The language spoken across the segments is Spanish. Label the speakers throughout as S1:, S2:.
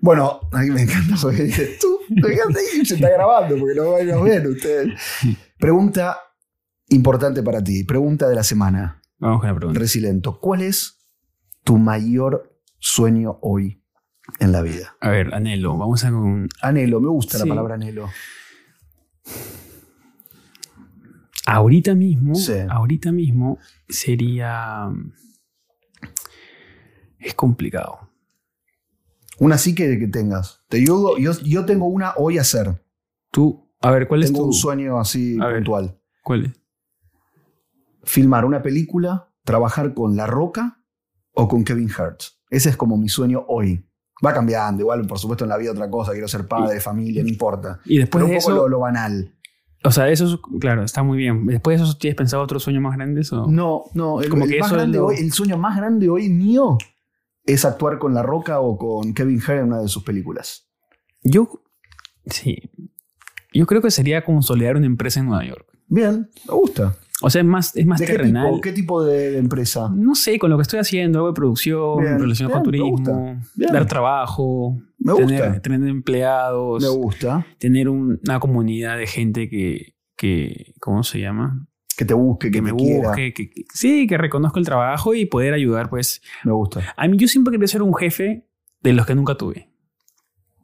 S1: Bueno, a mí me encanta eso que dices tú. Me encanta y se está grabando porque no van a ver ustedes. Pregunta importante para ti. Pregunta de la semana.
S2: Vamos con la pregunta.
S1: Resilento. ¿Cuál es tu mayor sueño hoy en la vida?
S2: A ver, anhelo. Vamos a con.
S1: Anhelo. Me gusta
S2: Sí.
S1: la palabra anhelo.
S2: Ahorita mismo.
S1: Sí.
S2: Ahorita mismo sería. mm, Es complicado.
S1: Una sí que, que tengas. Te digo, yo, yo tengo una hoy a hacer.
S2: Tú. A ver, ¿cuál es
S1: Tengo
S2: tu.
S1: un sueño así
S2: A ver.
S1: puntual.
S2: ¿Cuál es?
S1: filmar una película, trabajar con La Roca o con Kevin Hart. Ese es como mi sueño hoy. Va cambiando, igual por supuesto en la vida otra cosa, quiero ser padre, familia, no importa.
S2: Y después
S1: Pero un
S2: de
S1: poco
S2: eso.
S1: lo, lo banal.
S2: O sea, eso, es- claro, está muy bien. Después de eso, ¿tienes pensado otro sueño más grande? O...
S1: No, no, el,
S2: Como
S1: el
S2: que
S1: más
S2: eso es
S1: grande
S2: lo-
S1: hoy- el sueño más grande hoy mío es actuar con La Roca o con Kevin Hart en una de sus películas.
S2: Yo. Sí. Yo creo que sería consolidar una empresa en Nueva York.
S1: Bien, me gusta.
S2: O sea, es más, es más
S1: ¿De qué
S2: terrenal.
S1: tipo, qué tipo de, de empresa?
S2: No sé, con lo que estoy haciendo, algo de producción,
S1: Bien,
S2: relacionado con
S1: bien, me
S2: turismo,
S1: bien.
S2: dar trabajo,
S1: Me
S2: tener,
S1: gusta.
S2: tener empleados,
S1: Me gusta.
S2: tener un- una comunidad de gente que, que ¿cómo se llama?
S1: Que te busque, que,
S2: Que me
S1: me quiera.
S2: busque, que, que- sí, que reconozca el trabajo y poder ayudar, pues.
S1: Me gusta.
S2: A mí yo siempre quería ser un jefe de los que nunca tuve,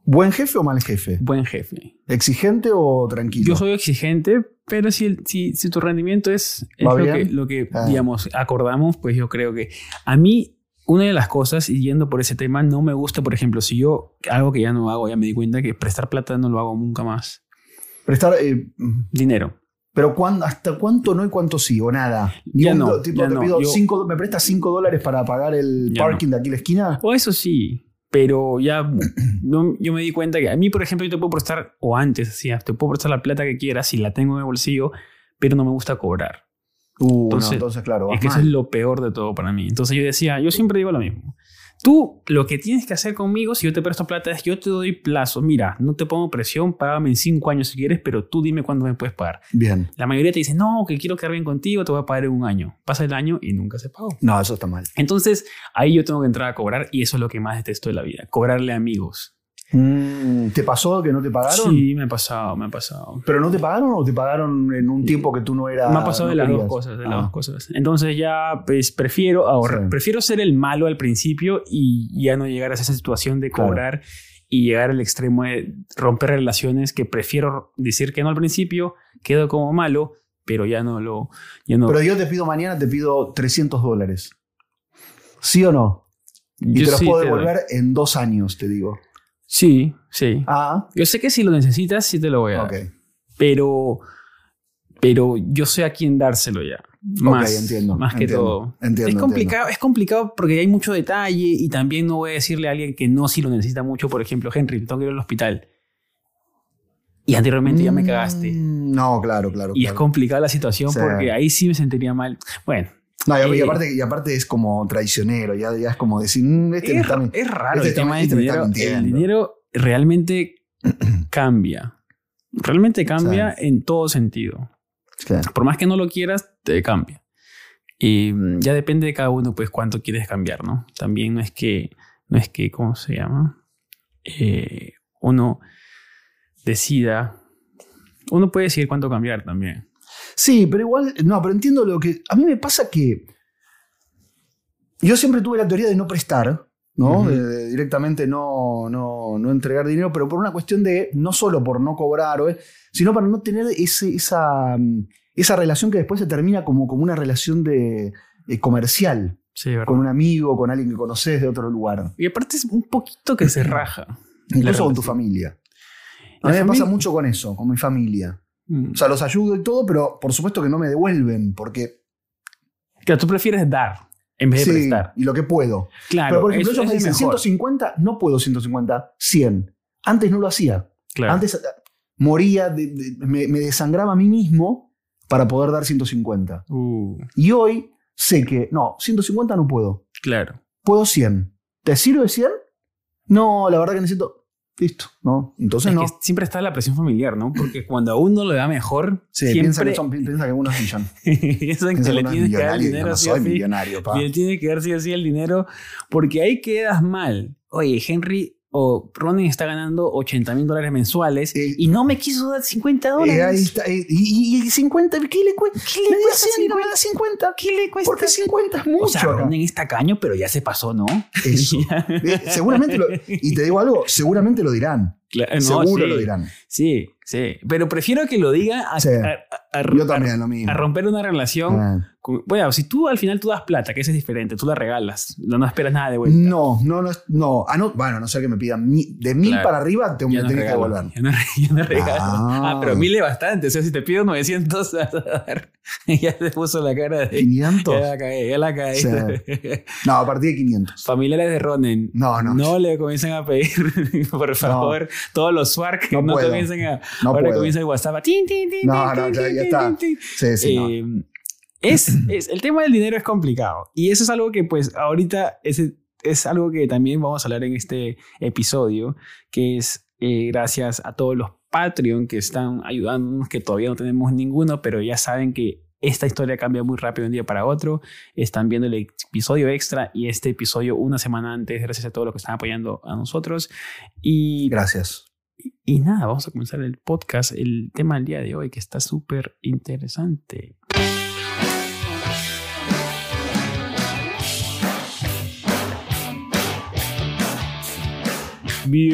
S1: ¿Buen jefe o mal jefe?
S2: buen jefe.
S1: ¿Exigente o tranquilo?
S2: Yo soy exigente, pero si, el- si, si tu rendimiento es, es
S1: ¿Va
S2: lo, que,
S1: bien?
S2: lo que,
S1: Ah.
S2: digamos, acordamos, pues yo creo que a mí, una de las cosas, y yendo por ese tema, no me gusta, por ejemplo, si yo, algo que ya no hago, ya me di cuenta que prestar plata no lo hago nunca más.
S1: Prestar. eh,
S2: Dinero.
S1: Pero cuán- ¿hasta cuánto no y cuánto sí? O nada. Ni
S2: Ya
S1: un
S2: no,
S1: do- tipo,
S2: ya
S1: te
S2: no,
S1: pido
S2: yo-
S1: cinco- ¿Me prestas 5 dólares para pagar el
S2: Ya
S1: parking de aquí la esquina?
S2: O Oh, eso sí, pero ya no- yo me di cuenta que a mí, por ejemplo, yo te puedo prestar, o antes, hacía, te puedo prestar la plata que quieras si la tengo en el bolsillo, pero no me gusta cobrar.
S1: Uh,
S2: Entonces-
S1: no, entonces claro.
S2: Es
S1: vas
S2: que eso
S1: mal.
S2: es lo peor de todo para mí. Entonces yo decía, yo siempre digo lo mismo. Tú lo que tienes que hacer conmigo, si yo te presto plata, es yo te doy plazo. Mira, no te pongo presión, págame en cinco años si quieres, pero tú dime cuándo me puedes pagar.
S1: Bien.
S2: La mayoría te dice, no, que quiero quedar bien contigo, te voy a pagar en un año. Pasa el año y nunca se pagó.
S1: No, eso está mal.
S2: Entonces ahí yo tengo que entrar a cobrar y eso es lo que más detesto de la vida, cobrarle a amigos.
S1: Mm, ¿Te pasó que no te pagaron?
S2: Sí, me ha pasado, me ha pasado.
S1: ¿Pero no te pagaron o te pagaron en un tiempo que tú no eras?
S2: me ha pasado
S1: Ah, no
S2: de las dos
S1: querías?
S2: cosas, de
S1: Ah.
S2: las dos cosas. Entonces ya pues, prefiero ahorrar,
S1: Sí.
S2: prefiero ser el malo al principio y ya no llegar a esa situación de
S1: Claro.
S2: cobrar y llegar al extremo de romper relaciones que prefiero decir que no al principio, quedo como malo, pero ya no lo ya no
S1: Pero yo te pido mañana, te pido 300 dólares. ¿Sí o no? Y
S2: Yo
S1: te los
S2: sí
S1: puedo
S2: te doy.
S1: devolver en dos años, te digo.
S2: Sí, sí.
S1: Ah,
S2: Yo sé que si lo necesitas sí te lo voy a dar,
S1: ok.
S2: pero pero yo sé a quién dárselo ya. Más,
S1: entiendo,
S2: más que
S1: entiendo,
S2: todo.
S1: entiendo,
S2: es
S1: entiendo.
S2: complicado, es complicado porque hay mucho detalle y también no voy a decirle a alguien que no si lo necesita mucho, por ejemplo, Henry, tengo que ir al hospital. Y anteriormente ya me cagaste. Y
S1: Mm, No, claro, claro.
S2: es
S1: claro.
S2: complicada la situación
S1: Sí.
S2: porque ahí sí me sentiría mal. Bueno,
S1: No, y, y
S2: Eh,
S1: aparte, y aparte es como traicionero, ya, ya es como decir, "Mm, este me
S2: es,
S1: está min-".
S2: es raro
S1: este
S2: el
S1: está-
S2: tema del
S1: este me está
S2: dinero. El
S1: mintiendo.
S2: dinero realmente cambia. Realmente cambia en todo sentido.
S1: Claro.
S2: Por más que no lo quieras, te cambia. Y mm, ya depende de cada uno, pues, cuánto quieres cambiar, ¿no? También no es que, no es que, ¿cómo se llama? Eh, uno decida. Uno puede decidir cuánto cambiar también.
S1: Sí, pero igual, no, pero entiendo lo que... A mí me pasa que yo siempre tuve la teoría de no prestar, ¿no?
S2: Ujú.
S1: De- de directamente no, no, no entregar dinero, pero por una cuestión de, no solo por no cobrar, o- sino para no tener ese- esa, mm, esa relación que después se termina como, como una relación de, eh, comercial,
S2: Sí, ¿verdad?
S1: con un amigo, con alguien que conoces de otro lugar.
S2: Y aparte es un poquito que se raja.
S1: Incluso con tu
S2: relación.
S1: familia. A
S2: La
S1: mí me pasa
S2: familia-
S1: mucho con eso, con mi familia.
S2: Mm.
S1: O sea, los ayudo y todo, pero por supuesto que no me devuelven, porque
S2: Claro, tú prefieres dar en vez de
S1: sí,
S2: prestar.
S1: y lo que puedo.
S2: Claro,
S1: pero por ejemplo,
S2: eso
S1: ellos me
S2: es
S1: dicen
S2: mejor.
S1: 150, no puedo 150, 100. Antes no lo hacía.
S2: Claro.
S1: Antes eh, moría, de- de- me, me desangraba a mí mismo para poder dar 150.
S2: Uh,
S1: Y hoy sé que, no, 150 no puedo,
S2: claro.
S1: puedo 100. ¿Te sirve 100? No, la verdad que necesito... Listo, ¿no? Entonces
S2: Es
S1: no.
S2: que siempre está la presión familiar, ¿no? Porque cuando a uno le va mejor,
S1: Sí, piensa
S2: siempre
S1: que, son, piensa que uno es millonario.
S2: Piensan que
S1: Piensa que
S2: le
S1: uno es
S2: tienes que
S1: millonario.
S2: dar
S1: y yo
S2: dinero
S1: no
S2: sí o
S1: soy
S2: sí.
S1: millonario, pa.
S2: Y le tienes que dar sí o sí el dinero porque ahí quedas mal. Oye, Henry, o Ronin está ganando 80 mil dólares mensuales
S1: Eh,
S2: y no me quiso dar 50
S1: Eh, ahí
S2: dólares.
S1: está, eh, y, y- y 50, ¿qué le cuesta?
S2: ¿Qué le
S1: Nadie
S2: cuesta
S1: hace ni nada, 50?
S2: ¿Qué le cuesta?
S1: Porque 50 es mucho.
S2: o sea,
S1: acá.
S2: Ronin es tacaño, pero ya se pasó, ¿no?
S1: Eso. Eh, seguramente, lo- y te digo algo, seguramente lo dirán.
S2: Claro, Eh, no,
S1: Seguro
S2: sí,
S1: lo dirán.
S2: Sí, sí. Pero prefiero que lo diga a,
S1: Sí.
S2: a- a- a-
S1: Yo también, lo
S2: a
S1: mismo.
S2: romper una relación.
S1: Ah.
S2: con- bueno, si tú al final tú das plata, que eso es diferente, tú la regalas, no, no esperas nada de vuelta.
S1: No, no, no, no. Ah, no. Bueno, a no ser que me pidan mi- de mil
S2: Claro.
S1: para arriba, tengo,
S2: Ya no
S1: tengo que
S2: regalo,
S1: devolver.
S2: ya no, ya no regalo.
S1: Ah.
S2: Ah. pero mil es bastante. O sea, si te pido 900, vas a dar. ya te puso la cara de.
S1: 500.
S2: Ya la caí, ya la caí.
S1: Sí. No, a partir de 500.
S2: Familiares de Ronen.
S1: No, no.
S2: No. le comiencen a pedir, por favor, todos los SWARC
S1: No
S2: no,
S1: puedo.
S2: comiencen a.
S1: No
S2: ahora
S1: puedo.
S2: comienza el WhatsApp. a tin, tin, tin,
S1: No,
S2: tin,
S1: no,
S2: tin,
S1: ya-
S2: tin,
S1: ya
S2: tin,
S1: está.
S2: tin, tin.
S1: Sí, sí, no.
S2: Eh, es, es- el tema del dinero es complicado y eso es algo que pues ahorita es, es algo que también vamos a hablar en este episodio, que es eh, gracias a todos los Patreon que están ayudándonos, que todavía no tenemos ninguno, pero ya saben que esta historia cambia muy rápido de un día para otro. Están viendo el episodio extra y este episodio una semana antes, gracias a todos los que están apoyando a nosotros. Y
S1: Gracias.
S2: y nada, vamos a comenzar el podcast, el tema del día de hoy que está súper interesante.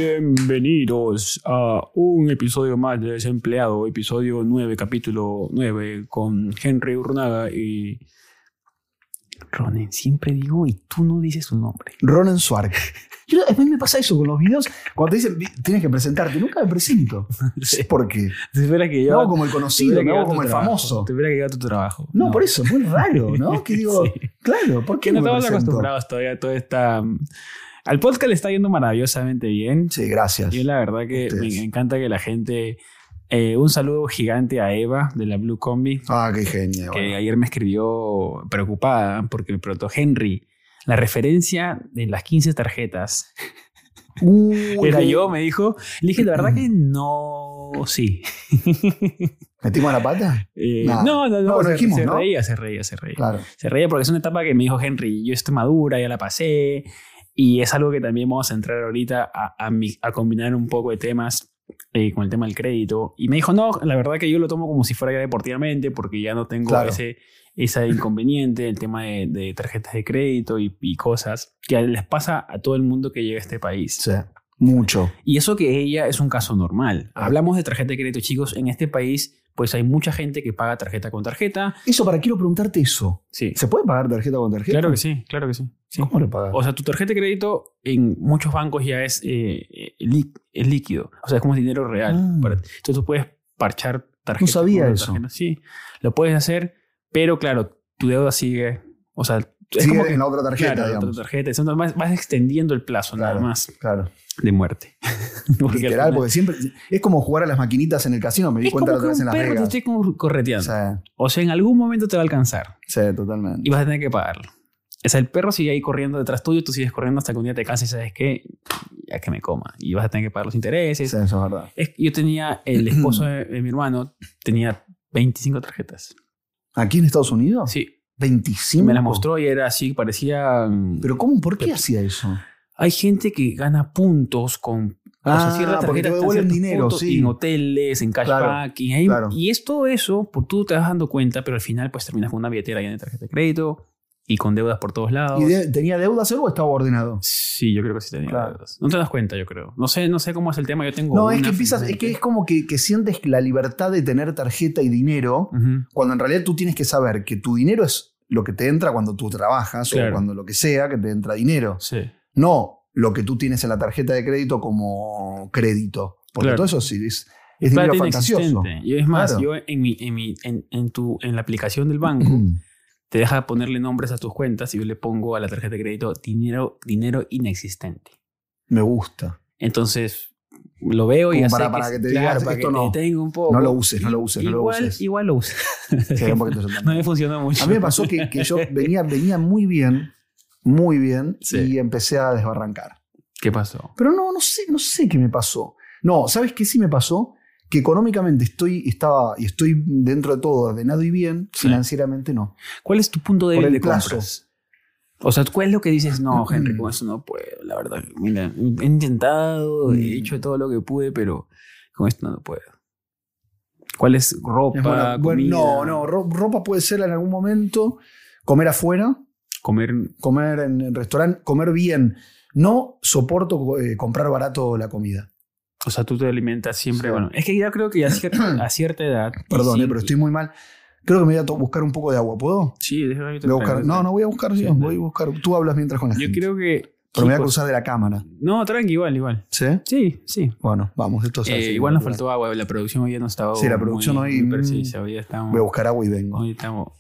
S2: Bienvenidos a un episodio más de Desempleado, episodio 9, capítulo 9, con Henry Urnaga y... Ronen, siempre digo y tú no dices su nombre.
S1: Ronan Swark. Yo, a mí me pasa eso con los videos. Cuando te dicen, "Vi- tienes que presentarte, nunca me presento.
S2: Sí.
S1: ¿Por qué?
S2: Se espera que
S1: Me
S2: yo...
S1: hago como el conocido,
S2: Tuviera
S1: me
S2: que
S1: hago
S2: llegar tu
S1: como el
S2: trabajo,
S1: famoso.
S2: Tuviera que llegar a tu trabajo.
S1: No, por eso, muy raro, ¿no? Que digo,
S2: Sí.
S1: claro, ¿por
S2: Que
S1: qué
S2: no
S1: me
S2: estamos
S1: presento?
S2: acostumbrados todavía a toda esta. mm, Al podcast le está yendo maravillosamente bien.
S1: Sí, gracias.
S2: Yo la verdad que me
S1: Ustedes.
S2: encanta que la gente. eh, un saludo gigante a Eva de la Blue Combi,
S1: Ah, qué genio.
S2: que
S1: bueno.
S2: ayer me escribió preocupada porque me preguntó Henry. La referencia de las 15 tarjetas.
S1: Uy,
S2: Era
S1: la- Mm.
S2: yo, me dijo. Le dije, la verdad que no, sí.
S1: ¿Metimos la pata?
S2: Eh,
S1: Nah.
S2: no, no, no.
S1: No, lo
S2: se,
S1: dijimos,
S2: se
S1: ¿no?
S2: reía, se reía, se reía.
S1: Claro.
S2: Se reía porque es una etapa que me dijo Henry, yo estoy madura, ya la pasé, y es algo que también vamos a entrar ahorita a, a mi- a combinar un poco de temas eh, con el tema del crédito. Y me dijo, no, la verdad que yo lo tomo como si fuera ya deportivamente porque ya no tengo
S1: Claro.
S2: ese, ese inconveniente, el tema de, de tarjetas de crédito y, y cosas que les pasa a todo el mundo que llega a este país.
S1: Sí, mucho.
S2: Y eso que ella es un caso normal.
S1: Ah.
S2: Hablamos de tarjeta de crédito, chicos, en este país pues hay mucha gente que paga tarjeta con tarjeta.
S1: Eso, para quiero preguntarte eso.
S2: Sí.
S1: ¿Se puede pagar tarjeta con tarjeta?
S2: Claro que sí, claro que sí. sí.
S1: ¿Cómo lo pagas?
S2: O sea, tu tarjeta de crédito en muchos bancos ya es, eh, eh, lí- es líquido. O sea, es como dinero real.
S1: Ah.
S2: para ti. Entonces tú puedes parchar tarjeta.
S1: No sabía
S2: con
S1: eso.
S2: tarjeta. Sí, lo puedes hacer, pero claro, tu deuda sigue. O sea, es
S1: Sigue
S2: como que
S1: en la otra tarjeta,
S2: claro,
S1: digamos.
S2: tu tarjeta. Entonces vas, vas extendiendo el plazo
S1: Claro.
S2: nada más
S1: Claro.
S2: de muerte. Porque al
S1: Literal,
S2: final-
S1: porque siempre. Es como jugar a las maquinitas en el casino, me di
S2: es como
S1: cuenta la otra
S2: que
S1: vez en
S2: un
S1: Las
S2: perro te
S1: Vegas.
S2: esté como correteando.
S1: Sí,
S2: O sea, en algún momento te va a alcanzar
S1: sí, totalmente.
S2: y vas a tener que pagarlo. O sea, el perro sigue ahí corriendo detrás tuyo, tú sigues corriendo hasta que un día te cansas y sabes que ya que me coma y vas a tener que pagar los
S1: Sí,
S2: intereses.
S1: eso es verdad.
S2: Es- yo tenía, el esposo de, de mi hermano tenía 25 tarjetas.
S1: ¿Aquí en Estados Unidos?
S2: Sí,
S1: 25.
S2: me las mostró y era así, parecía... mm,
S1: ¿Pero cómo? ¿Por qué hacía eso?
S2: Hay gente que gana puntos con... o sea, ciertas
S1: Ah, porque te
S2: tarjetas te
S1: devuelven
S2: hacen
S1: dinero,
S2: puntos
S1: sí.
S2: En hoteles, en
S1: Claro,
S2: cashback. y, ahí-
S1: claro.
S2: y es todo eso, por, tú te vas dando cuenta, pero al final pues terminas con una billetera llena de tarjeta de crédito y con deudas por todos lados.
S1: ¿Y de- tenía deuda cero o estaba ordenado?
S2: Sí, yo creo que sí tenía
S1: Claro.
S2: deudas. No te das cuenta, yo creo. No sé, no sé cómo es el tema. Yo tengo.
S1: No, es
S2: una
S1: que empiezas, es
S2: finalmente.
S1: que es como que, que sientes la libertad de tener tarjeta y dinero,
S2: Ujú.
S1: cuando en realidad tú tienes que saber que tu dinero es lo que te entra cuando tú trabajas o
S2: Claro.
S1: cuando lo que sea que te entra dinero.
S2: Sí.
S1: No lo que tú tienes en la tarjeta de crédito como crédito. Porque
S2: Claro.
S1: todo eso sí es, es dinero
S2: Plata
S1: fantasioso.
S2: inexistente. Y es más,
S1: Claro.
S2: yo en mi, en mi, en, en tu, en la aplicación del banco te deja ponerle nombres a tus cuentas y yo le pongo a la tarjeta de crédito dinero, dinero inexistente.
S1: Me gusta.
S2: Entonces lo veo y
S1: Como
S2: hace
S1: para- para que te digas,
S2: para
S1: esto
S2: que
S1: no.
S2: te detenga un poco.
S1: No lo uses, no lo uses, no lo
S2: Igual-
S1: uses.
S2: Igual lo usas.
S1: Sí, un poquito yo también.
S2: no me funcionó mucho.
S1: A mí me pasó que, que yo venía, venía muy bien, muy bien,
S2: Sí.
S1: y empecé a desbarrancar.
S2: ¿Qué pasó?
S1: Pero no, no sé, no sé qué me pasó. No, ¿sabes qué sí me pasó? Que económicamente estoy, estaba, y estoy dentro de todo ordenado y bien,
S2: Sí.
S1: financieramente no.
S2: ¿Cuál es tu punto
S1: Por
S2: débil
S1: el
S2: de
S1: plazo.
S2: compras? O sea, ¿cuál es lo que dices? No, Henry, con eso no puedo, la verdad. Mira, he intentado, he hecho todo lo que pude, pero con esto no puedo. ¿Cuál es ropa?
S1: Es bueno, bueno,
S2: comida?
S1: no, no, ro- ropa puede ser en algún momento, comer afuera,
S2: Comer.
S1: comer en el restaurante, comer bien. No soporto eh, comprar barato la comida.
S2: O sea, tú te alimentas siempre.
S1: Sí.
S2: Bueno, es que ya creo que a cierta, a cierta edad.
S1: Perdón,
S2: sí,
S1: eh, pero estoy muy mal. Creo que me voy a to- buscar un poco de agua, ¿puedo?
S2: Sí, déjame que te
S1: Voy a buscar-
S2: pregunte.
S1: no, no voy a buscar,
S2: Sí,
S1: yo, voy a buscar. Tú hablas mientras con la
S2: Yo
S1: gente.
S2: creo que.
S1: pero me voy a
S2: chicos,
S1: cruzar de la cámara.
S2: No, tranqui, igual, igual.
S1: ¿Sí?
S2: Sí, sí.
S1: Bueno, vamos, esto es
S2: Eh,
S1: así,
S2: igual nos
S1: natural.
S2: faltó agua, la producción hoy ya no estaba.
S1: Sí, la producción
S2: muy-
S1: hoy,
S2: muy
S1: mm,
S2: precisa, hoy ya estamos.
S1: Voy a buscar agua y vengo.
S2: hoy estamos.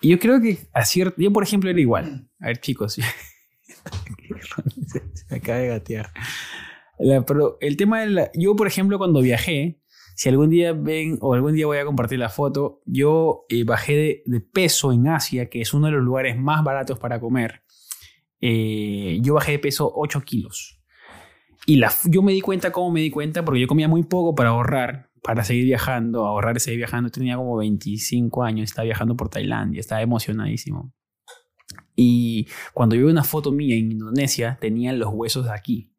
S2: Y yo creo que a cierta. Yo, por ejemplo, era igual. A ver, chicos. se acaba de gatear. La pro- el tema de la- Yo, por ejemplo, cuando viajé, si algún día ven o algún día voy a compartir la foto, yo eh, bajé de, de peso en Asia, que es uno de los lugares más baratos para comer. Eh, yo bajé de peso 8 kilos. Y la, yo me di cuenta, ¿cómo me di cuenta? Porque yo comía muy poco para ahorrar, para seguir viajando, ahorrar y seguir viajando. Tenía como 25 años, estaba viajando por Tailandia, estaba emocionadísimo. Y cuando yo vi una foto mía en Indonesia, tenían los huesos de aquí,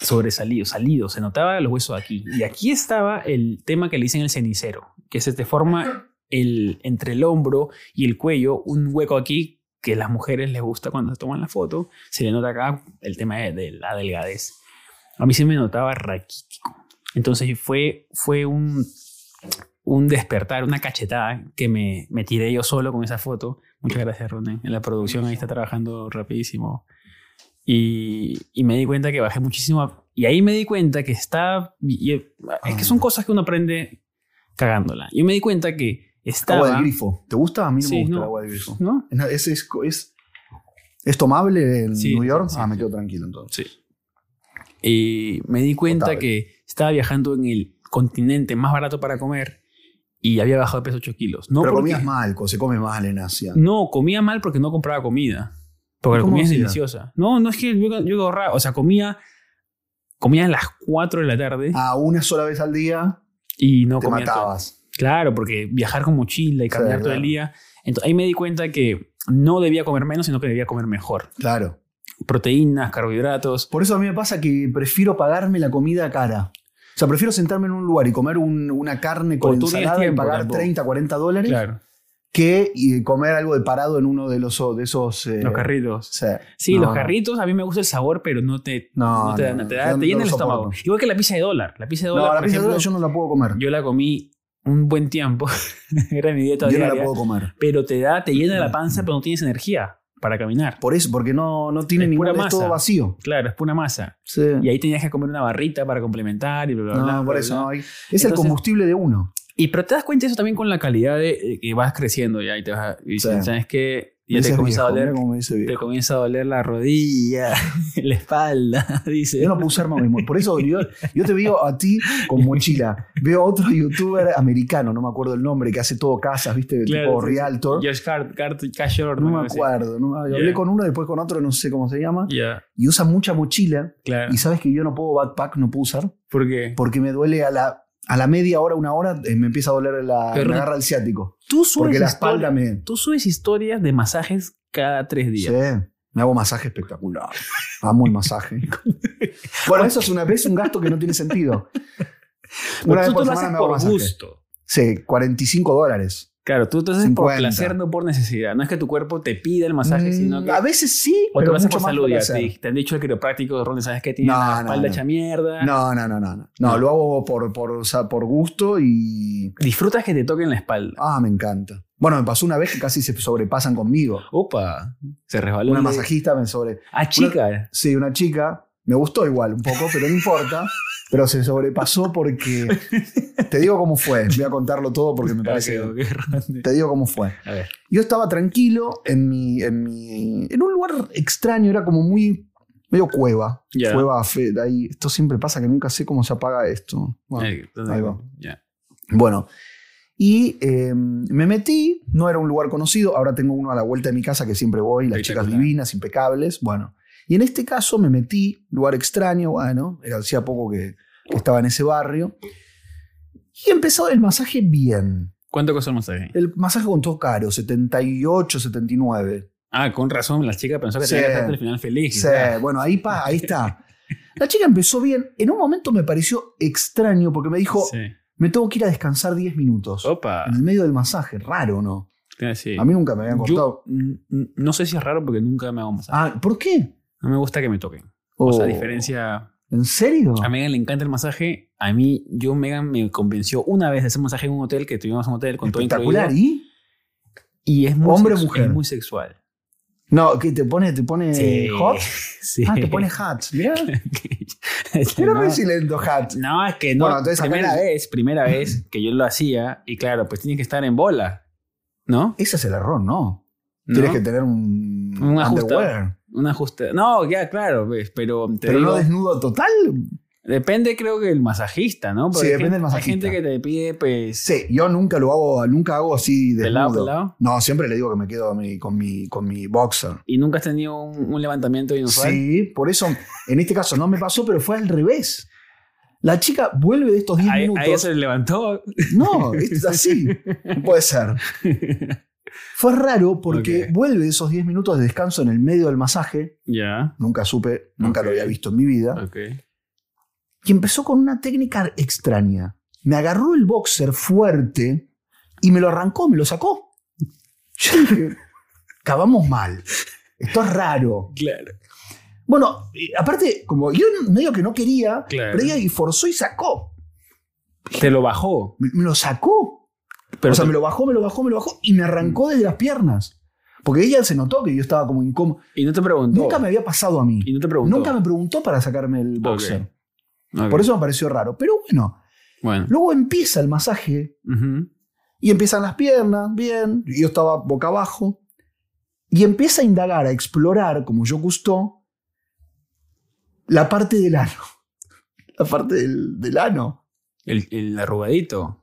S2: sobresalidos, salidos, se notaba los huesos de aquí. Y aquí estaba el tema que le dicen el cenicero, que se te forma el, entre el hombro y el cuello un hueco aquí que las mujeres les gusta cuando se toman la foto, se le nota acá el tema de, de la delgadez. A mí se me notaba raquítico. Entonces fue, fue un, un despertar, una cachetada que me, me tiré yo solo con esa foto. Muchas gracias, Ronen. En la producción ahí está trabajando rapidísimo. Y, y me di cuenta que bajé muchísimo. Y ahí me di cuenta que está... y- y- es que son cosas que uno aprende cagándola. Yo me di cuenta que estaba...
S1: Agua del grifo. ¿Te gusta? A mí no
S2: Sí,
S1: me gusta
S2: no.
S1: el agua del grifo.
S2: ¿No?
S1: No, ¿Es, es, es, es tomable en
S2: Sí,
S1: New York?
S2: sí,
S1: ah,
S2: sí.
S1: me quedo tranquilo entonces.
S2: Sí. Y me di cuenta
S1: Potable.
S2: que estaba viajando en el continente más barato para comer y había bajado de peso 8 kilos. No,
S1: Pero
S2: porque- Mm.
S1: comías mal, co- se come mal en Asia.
S2: no, comía mal porque no compraba comida. Porque la
S1: ¿Cómo
S2: comida es
S1: hacía?
S2: deliciosa. No, no es que yo, yo ahorraba, o sea, comía, comía a las 4 de la tarde
S1: A una sola vez al día
S2: y no
S1: Ah, te
S2: comía todo.
S1: matabas.
S2: Claro, porque viajar con mochila y
S1: Sí,
S2: caminar todo el
S1: claro.
S2: día. Entonces ahí me di cuenta que no debía comer menos, sino que debía comer mejor.
S1: Claro.
S2: Proteínas, carbohidratos.
S1: Por eso a mí me pasa que prefiero pagarme la comida cara. O sea, prefiero sentarme en un lugar y comer un- una carne con
S2: Porque tú tienes
S1: ensalada y
S2: tiempo
S1: pagar
S2: tampoco.
S1: 30, 40 dólares
S2: Claro,
S1: que y comer algo de parado en uno de, los, de esos... eh,
S2: los carritos.
S1: o sea,
S2: Sí,
S1: no,
S2: los
S1: no.
S2: carritos, a mí me gusta el sabor, pero no te,
S1: No,
S2: no te, da-
S1: no,
S2: no te
S1: no,
S2: da-
S1: yo
S2: te
S1: no
S2: llena el
S1: lo soporto.
S2: estómago. Igual que la pizza de dólar. La pizza de dólar,
S1: No, la
S2: por
S1: pizza de
S2: ejemplo,
S1: dólar yo no la puedo comer.
S2: yo la comí un buen tiempo. Era mi dieta
S1: Yo no la
S2: diaria.
S1: puedo Mm. comer.
S2: Pero te da, te llena la panza, pero no tienes energía para caminar.
S1: Por eso, porque no, no tiene
S2: Es
S1: ningún...
S2: pura
S1: Es todo
S2: masa.
S1: vacío.
S2: Claro, es pura masa.
S1: Sí.
S2: Y ahí tenías que comer una barrita para complementar y bla, bla,
S1: No,
S2: bla.
S1: por
S2: bla,
S1: eso
S2: bla.
S1: no. Es el
S2: Entonces-
S1: combustible de uno.
S2: Y pero te das cuenta de eso también con la calidad de eh, que vas creciendo ya y te vas a- y dices,
S1: Sí.
S2: ¿sabes qué?
S1: Me
S2: Ya te
S1: dice
S2: comienza a
S1: viejo,
S2: doler,
S1: mira cómo me dice
S2: te
S1: viejo.
S2: comienza a doler la rodilla, la espalda, dice.
S1: Yo no puedo usar más memoria. Por eso yo, yo te veo a ti con mochila. Veo a otro youtuber americano, no me acuerdo el nombre, que hace todo casas, ¿viste?
S2: Claro,
S1: tipo
S2: sí, sí.
S1: Realtor.
S2: Josh Cart, Cart, Cashor,
S1: No me acuerdo. no me- Hablé
S2: Yeah.
S1: con uno, después con otro, no sé cómo se llama.
S2: Ya,
S1: Y usa mucha mochila.
S2: claro.
S1: Y sabes que yo no puedo backpack, no puedo usar.
S2: ¿Por qué?
S1: Porque me duele a la, a la media hora, una hora, eh, me empieza a doler la,
S2: Pero
S1: me
S2: no-
S1: agarra el ciático.
S2: Tú subes,
S1: Porque la
S2: histori-
S1: espalda me...
S2: tú subes historias de masajes cada tres
S1: Sí,
S2: días.
S1: me hago masaje espectacular. Amo el masaje. bueno, eso es una vez un gasto que no tiene sentido.
S2: Pero
S1: Una vez
S2: tú
S1: por
S2: te lo
S1: semana
S2: haces
S1: me hago
S2: por
S1: masaje.
S2: gusto.
S1: Sí, 45 dólares.
S2: Claro, tú te haces por
S1: 50.
S2: placer, no por necesidad. No es que tu cuerpo te pida el masaje,
S1: Mm,
S2: sino que...
S1: A veces sí,
S2: O te
S1: pero
S2: lo haces
S1: mucho
S2: por
S1: más
S2: salud,
S1: por
S2: ya
S1: placer.
S2: te, te han dicho el quiropráctico, Ron, ¿sabes qué? Tienes
S1: No,
S2: la
S1: no,
S2: espalda
S1: no.
S2: hecha mierda.
S1: No, no, no, no, no. No, lo hago por, por, o sea, por gusto y...
S2: Disfrutas que te toquen la espalda.
S1: Ah, me encanta. Bueno, me pasó una vez que casi se sobrepasan conmigo.
S2: Opa, se resbaló.
S1: Una
S2: el-
S1: masajista me sobre...
S2: Ah, chica.
S1: Sí, una chica. Me gustó igual un poco, pero no importa. Pero se sobrepasó porque... Te digo cómo fue. Voy a contarlo todo porque me parece...
S2: Ah, qué- qué grande.
S1: Te digo cómo fue.
S2: A ver.
S1: Yo estaba tranquilo en mi, en mi- en un lugar extraño, era como muy medio cueva,
S2: Ya.
S1: cueva fe- de ahí. Esto siempre pasa que nunca sé cómo se apaga esto. Bueno,
S2: Ahí, entonces,
S1: ahí va.
S2: ya.
S1: bueno. y eh, me metí, no era un lugar conocido, ahora tengo uno a la vuelta de mi casa que siempre voy, las chicas
S2: Espectacular.
S1: divinas, impecables, bueno. Y en este caso me metí, lugar extraño, bueno, era hacía poco que, que estaba en ese barrio. Y empezó el masaje bien.
S2: ¿Cuánto costó el masaje?
S1: El masaje contó caro, 78, 79.
S2: Ah, con razón, la chica pensó que
S1: Sí.
S2: tenía que estar el final feliz.
S1: Sí, bueno, ahí, pa, ahí está. La chica empezó bien. En un momento me pareció extraño porque me dijo,
S2: Sí.
S1: me tengo que ir a descansar 10 minutos.
S2: Opa.
S1: En el medio del masaje, raro, ¿no?
S2: Sí.
S1: A mí nunca me habían cortado.
S2: Yo, mm, mm, no sé si es raro porque nunca me hago masaje.
S1: Ah, ¿Por qué?
S2: No me gusta que me toquen. O sea,
S1: Oh,
S2: a diferencia.
S1: ¿En serio?
S2: A Megan le encanta el masaje. A mí, yo, Megan me convenció una vez de hacer masaje en un hotel que tuvimos un hotel con todo
S1: Espectacular.
S2: incluido.
S1: ¿Y?
S2: Y es muy,
S1: Hombre o
S2: sexu-
S1: mujer.
S2: es muy sexual.
S1: No, que te pone, te pone
S2: Sí.
S1: hot.
S2: Sí.
S1: Ah, te pone hot. Mirá, mirá
S2: no,
S1: re silento hot.
S2: no, es que no.
S1: Bueno, entonces acá
S2: primera
S1: la-
S2: vez, primera vez que yo lo hacía. Y claro, pues tienes que estar en bola. ¿No?
S1: Ese es el error, ¿no?
S2: ¿No?
S1: Tienes que tener un,
S2: Un ajustado.
S1: underwear.
S2: Un ajuste. No, ya, claro, ves, pero te
S1: Pero no
S2: digo-
S1: desnudo total.
S2: depende, creo que el masajista, ¿no?
S1: Sí,
S2: hay
S1: depende
S2: gente-
S1: del masajista.
S2: Hay gente que te pide, pues.
S1: Sí, yo nunca lo hago, nunca hago así desnudo.
S2: Pelado, pelado.
S1: No, siempre le digo que me quedo a mí- con, mi, con mi boxer.
S2: ¿Y nunca has tenido un, un levantamiento inusual?
S1: Sí, por eso en este caso no me pasó, pero fue al revés. La chica vuelve de estos 10
S2: Ahí, ahí
S1: minutos.
S2: se levantó.
S1: No, es así. No Puede ser. Fue raro porque
S2: Ok.
S1: vuelve de esos 10 minutos de descanso en el medio del masaje.
S2: Ya.
S1: Nunca supe, nunca lo
S2: Ok.
S1: había visto en mi vida.
S2: Ok.
S1: y empezó con una técnica extraña. Me agarró el boxer fuerte y me lo arrancó, me lo sacó. Yo dije, acabamos mal. Esto es raro.
S2: Claro.
S1: Bueno, y aparte, como yo medio que no quería,
S2: Claro.
S1: pero ella y forzó y sacó.
S2: Te lo bajó.
S1: Me, me lo sacó.
S2: Pero
S1: o sea,
S2: te-
S1: me lo bajó, me lo bajó, me lo bajó y me arrancó desde las piernas. Porque ella se notó que yo estaba como incómodo.
S2: Y no te preguntó.
S1: Nunca me había pasado a mí.
S2: Y no te preguntó.
S1: Nunca me preguntó para sacarme el boxer.
S2: Ok.
S1: Por eso me pareció raro. Pero bueno,
S2: Bueno.
S1: luego empieza el masaje
S2: Ujú.
S1: Y empiezan las piernas, bien. y Yo estaba boca abajo. Y empieza a indagar, a explorar, como yo gustó, la parte del ano. La parte del, del ano.
S2: El, el arrugadito.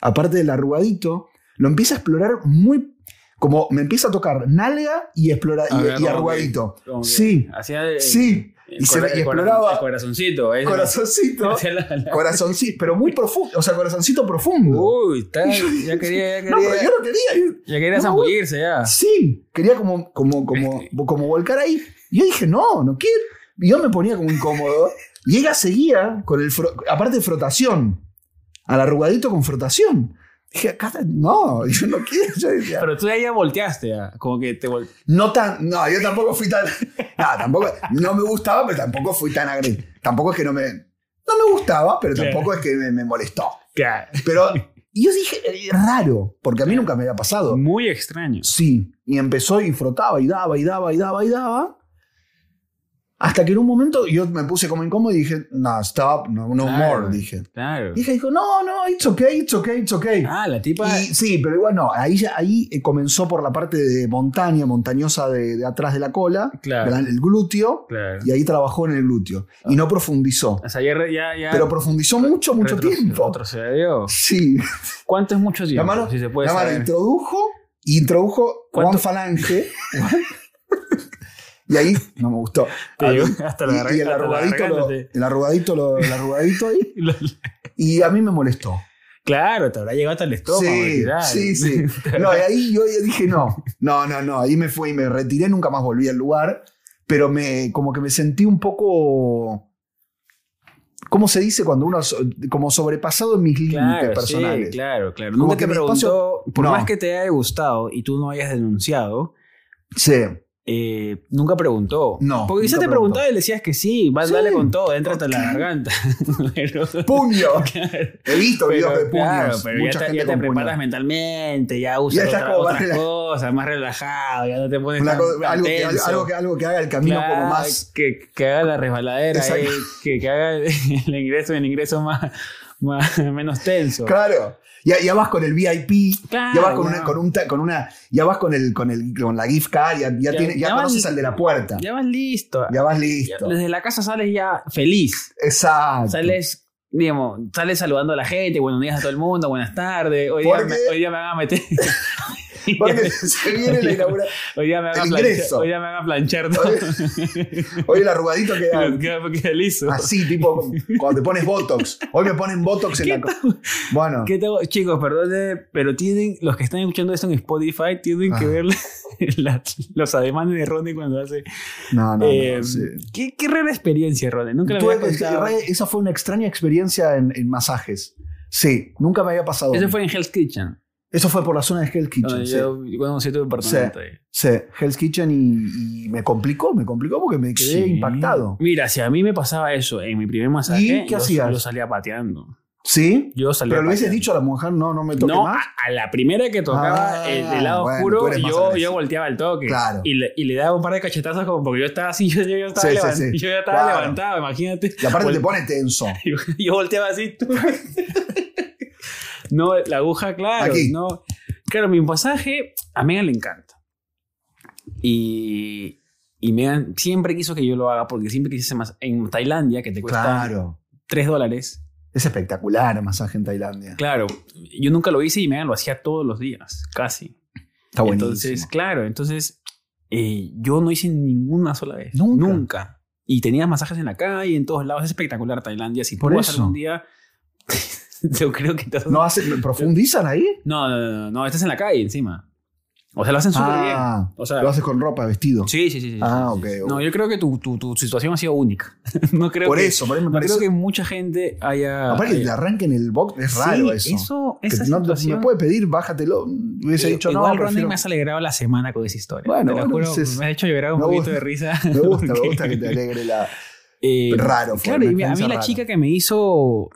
S1: Aparte del arrugadito, lo empieza a explorar muy. Como me empieza a tocar nalga y, explora,
S2: A
S1: y,
S2: ver,
S1: y
S2: como
S1: arrugadito.
S2: que- como que
S1: Sí,
S2: Hacía el-
S1: sí.
S2: el
S1: Y, se,
S2: cora-
S1: y
S2: el cora-
S1: exploraba
S2: el corazoncito. ese.
S1: corazoncito.
S2: Hacía la- la-
S1: Corazoncito, pero muy profundo. O sea, corazoncito profundo.
S2: Uy, está- ya quería, ya
S1: No,
S2: Uh, quería. Ah.
S1: pero yo no quería. yo-
S2: Ya quería
S1: No.
S2: zambullirse ya.
S1: Sí, quería como, como, como,
S2: Este.
S1: como volcar ahí. Y yo dije, no, no quiero. Y yo me ponía como incómodo. Y ella seguía con el. fro- Aparte, frotación. Al arrugadito con frotación. Dije, acá está- no, yo no quiero. Yo decía,
S2: Pero tú ya ya volteaste ya. Como que te volteaste.
S1: no tan. No, yo tampoco fui tan. No, tampoco. No me gustaba, pero tampoco fui tan agresivo. Tampoco es que no me. No me gustaba, pero
S2: Claro.
S1: tampoco es que me, me molestó. Pero. Y yo dije, eh, raro, porque a mí nunca me había pasado.
S2: Muy extraño.
S1: Sí, y empezó y frotaba y daba y daba y daba y daba. Hasta que en un momento yo me puse como incómodo y dije, no, stop, no, no
S2: Claro.
S1: more, dije.
S2: Claro.
S1: Y ella dijo, no, no, it's okay, it's okay, it's okay.
S2: Ah, la tipa.
S1: Y sí, pero igual no, ahí, ya- ahí eh, comenzó por la parte de montaña, montañosa de, de atrás de la cola,
S2: Claro.
S1: ¿verdad? el glúteo,
S2: Claro. Ah,
S1: y ahí trabajó en el glúteo. Y no profundizó,
S2: O sea, ya, re- ya, ya
S1: pero profundizó mucho, mucho
S2: retro-
S1: tiempo.
S2: retrocedió.
S1: Sí,
S2: ¿Cuánto es mucho tiempo?
S1: mano-
S2: si se puede
S1: la mano
S2: saber.
S1: introdujo y introdujo Juan
S2: ¿Cuánto?
S1: Falange. y ahí no me gustó.
S2: Te llegó hasta la
S1: Y-
S2: garganta,
S1: y el
S2: hasta la
S1: arrugadito, lo-
S2: garganta te-
S1: el arrugadito, lo- el arrugadito ahí. Y a mí me molestó.
S2: Claro, te habrá llegado hasta el estómago.
S1: sí,
S2: literal.
S1: sí, sí. No, y ahí yo ya dije no, no, no, no. Ahí me fui y me retiré, nunca más volví al lugar. Pero me, como que me sentí un poco. ¿Cómo se dice cuando uno. so- como sobrepasado en mis límites
S2: Claro,
S1: personales?
S2: sí, claro, claro.
S1: Como
S2: Nunca
S1: que
S2: te
S1: mi
S2: preguntó,
S1: espacio-
S2: por
S1: No.
S2: más que te haya gustado y tú no hayas denunciado,
S1: Sí.
S2: eh, nunca preguntó.
S1: No,
S2: Porque quizás
S1: nunca
S2: te preguntaba y le decías que sí, vas,
S1: Sí.
S2: dale con todo, entra hasta la garganta. pero,
S1: ¡Puño!
S2: claro,
S1: He visto videos de
S2: pero,
S1: puños.
S2: claro, pero
S1: mucha
S2: ya te,
S1: gente
S2: ya te
S1: con puños.
S2: preparas mentalmente, ya usas
S1: estás
S2: otra-
S1: como más
S2: otras
S1: rela-
S2: cosas, más relajado, ya no te pones
S1: Una
S2: tan-
S1: cosa-
S2: tan
S1: algo, que,
S2: tenso.
S1: algo, que, algo que haga el camino
S2: Claro,
S1: como más.
S2: que, que haga la resbaladera,
S1: Exacto.
S2: eh, que, que haga el ingreso, el ingreso más, más- menos tenso.
S1: Claro. Ya, ya vas con el VIP,
S2: Claro,
S1: ya vas con una,
S2: ya.
S1: con un ta- con una, ya vas con el, con el, con la gift card, ya, ya
S2: Ya-
S1: tiene- ya
S2: ya vas
S1: conoces
S2: listo.
S1: al de la puerta, ya,
S2: Ya vas listo.
S1: vas
S2: Ya-
S1: listo.
S2: desde la casa sales ya feliz.
S1: Exacto.
S2: Sales, digamos, sales saludando a la gente, buenos días a todo el mundo, buenas tardes. Hoy, día
S1: Porque-
S2: me, hoy día me van a meter. Sí,
S1: Porque se viene la inauguración.
S2: hoy ya me van a
S1: el
S2: planchar.
S1: ingreso.
S2: Hoy ya me van a planchar todo.
S1: Hoy Ah, el arrugadito queda
S2: Queda porque liso.
S1: así, tipo cuando te pones Botox. Hoy me ponen Botox en la... co- Bueno,
S2: ¿Qué tengo? Chicos, perdón, pero tienen, los que están escuchando esto en Spotify, tienen que
S1: Ah.
S2: ver la- los ademanes de Ronnie cuando hace.
S1: Ah, no, no, no,
S2: Eh,
S1: sí.
S2: qué, qué rara experiencia, Ronnie. Nunca la
S1: Tuve
S2: había
S1: que-
S2: contado.
S1: re- esa fue una extraña experiencia en, en masajes. Sí, nunca me había pasado.
S2: Eso fue en Hell's Kitchen.
S1: Eso fue por la zona de Hell's Kitchen.
S2: donde
S1: sí.
S2: yo conocí tu departamento. ahí.
S1: Sí, Hell's Kitchen y, y me complicó, me complicó porque me quedé
S2: Sí.
S1: impactado.
S2: Mira, si a mí me pasaba eso en mi primer masaje,
S1: ¿Y qué
S2: yo,
S1: hacías?
S2: yo salía pateando.
S1: ¿Sí,
S2: Yo salía
S1: pero le hubieses
S2: pateando.
S1: dicho a la mujer, no, no me toque
S2: No, a,
S1: más.
S2: a la primera que tocaba
S1: Ah,
S2: el, el lado
S1: bueno, tú
S2: oscuro,
S1: eres más
S2: yo,
S1: agresivo.
S2: yo volteaba el toque.
S1: Claro.
S2: Y, le, y le daba un par de cachetazos como porque yo estaba así, yo, yo- yo estaba,
S1: Sí, sí,
S2: levan-
S1: sí.
S2: yo ya estaba
S1: Claro.
S2: levantado, imagínate.
S1: Y aparte
S2: Vol-
S1: te pone tenso.
S2: yo, yo volteaba así. tú. no, la aguja, claro.
S1: Aquí.
S2: No. Claro, mi pasaje a Megan le encanta. Y, y Megan siempre quiso que yo lo haga porque siempre quise hacer más. En Tailandia, que te cuesta
S1: Claro.
S2: 3 dólares.
S1: Es espectacular el masaje en Tailandia.
S2: Claro, yo nunca lo hice y Megan lo hacía todos los días, casi.
S1: Está buenísimo.
S2: Entonces, claro, entonces eh, yo no hice ninguna sola vez.
S1: Nunca.
S2: Y tenía masajes en la calle, en todos lados. Es espectacular Tailandia. Si
S1: Por
S2: por
S1: eso.
S2: eso un día, yo creo que te vas a-
S1: ¿No hacen, profundizan ahí?
S2: No, no, no, no, no, estás en la calle encima. O sea, lo hacen súper bien.
S1: Ah,
S2: O sea,
S1: lo haces con ropa, vestido.
S2: sí, sí, sí, sí.
S1: Ah,
S2: sí, sí,
S1: ok,
S2: sí.
S1: ok.
S2: No, yo creo que tu, tu, tu situación ha sido única. no creo
S1: por
S2: que,
S1: eso, por eso me
S2: No creo
S1: parece.
S2: que mucha gente haya.
S1: Aparte, que te
S2: haya-
S1: arranquen el box, es raro
S2: Sí,
S1: eso. Que
S2: esa
S1: no te-
S2: situación.
S1: me puede pedir, bájatelo. Hubiese dicho, no,
S2: Igual Ronnie
S1: prefiero-
S2: me has alegrado la semana con esa historia.
S1: Bueno,
S2: Te lo
S1: bueno,
S2: juro,
S1: entonces,
S2: me has hecho llorar un
S1: me
S2: poquito
S1: gusta-
S2: de risa.
S1: Me gusta, me
S2: porque-
S1: gusta que te alegre la.
S2: Eh,
S1: Raro, fue
S2: Claro,
S1: una
S2: y a mí
S1: experiencia
S2: la
S1: rara.
S2: chica que me hizo.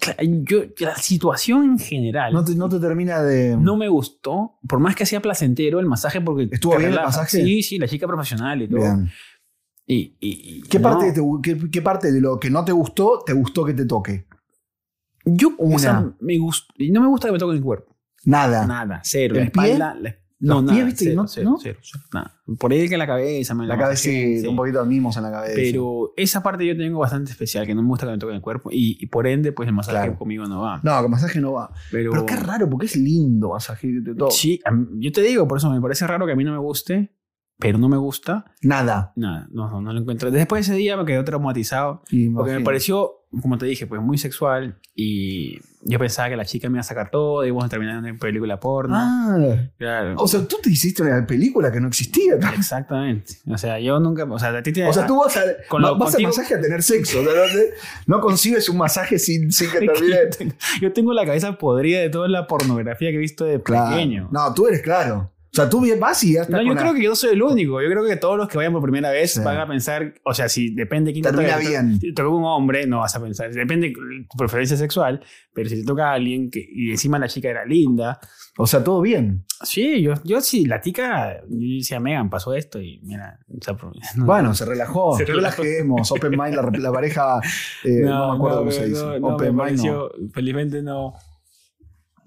S2: Cla- Yo, la situación en general
S1: No
S2: no,
S1: te, no te termina de.
S2: me gustó, por más que sea placentero el masaje, porque.
S1: ¿Estuvo
S2: te
S1: bien el
S2: relaja.
S1: masaje?
S2: Sí, sí, la chica profesional y todo.
S1: Bien.
S2: Y, y- y-
S1: ¿Qué,
S2: no.
S1: parte te gu- qué- qué parte de lo que no te gustó, te gustó que te toque?
S2: Yo, o
S1: Una.
S2: sea, me gust- no me gusta que me toquen el cuerpo.
S1: Nada.
S2: Nada, cero.
S1: ¿El
S2: la espalda. la-
S1: ¿Los
S2: no,
S1: pies,
S2: nada.
S1: viste que
S2: cero,
S1: no-
S2: cero,
S1: no?
S2: cero, cero, nada. Por ahí que la cabeza. me
S1: la cabeza,
S2: masajean, sí.
S1: un poquito de mimos en la cabeza.
S2: Pero esa parte yo tengo bastante especial, que no me gusta que me toquen el cuerpo. Y, y por ende, pues el masaje
S1: Claro.
S2: conmigo no va.
S1: no, con masaje no va.
S2: Pero,
S1: Pero qué raro, porque es lindo masaje de todo.
S2: Sí, a mí- yo te digo, por eso me parece raro que a mí no me guste, pero no me gusta.
S1: Nada.
S2: Nada, no, no, no lo encuentro. Después de ese día me quedé traumatizado. Porque me
S1: Imagino.
S2: pareció, como te dije, pues muy sexual. Y yo pensaba que la chica me iba a sacar todo y vamos a terminar en una película porno.
S1: Ah,
S2: Claro.
S1: o sea, tú te hiciste una película que no existía.
S2: Exactamente. O sea, yo nunca. O sea, a ti te.
S1: O sea, tú vas, a,
S2: Con
S1: va-
S2: lo-
S1: vas al
S2: contigo-
S1: masaje a tener sexo. o sea, no, te- no concibes un masaje sin, sin que termine.
S2: Yo tengo la cabeza podrida de toda la pornografía que he visto de
S1: Claro.
S2: pequeño.
S1: No, tú eres claro. O sea, tú bien vas y ya está.
S2: No, yo
S1: con la-
S2: creo que yo no soy el único. Yo creo que todos los que vayan por primera vez
S1: Sí.
S2: van a pensar, o sea, si depende quién
S1: Termina
S2: te toca.
S1: bien.
S2: Si te toca un hombre, no vas a pensar. Depende de tu preferencia sexual, pero si te toca a alguien que, y encima la chica era linda.
S1: O sea, todo bien.
S2: Sí, yo, yo sí, la chica, yo decía, Megan, pasó esto y mira, o sea, pro- no,
S1: Bueno, se relajó.
S2: Ah. Se relajó.
S1: Relajemos. Open Mind, la, la pareja. eh, no, me acuerdo cómo se
S2: no,
S1: dice.
S2: no, me
S1: Open Mind. No.
S2: pareció- Felizmente no.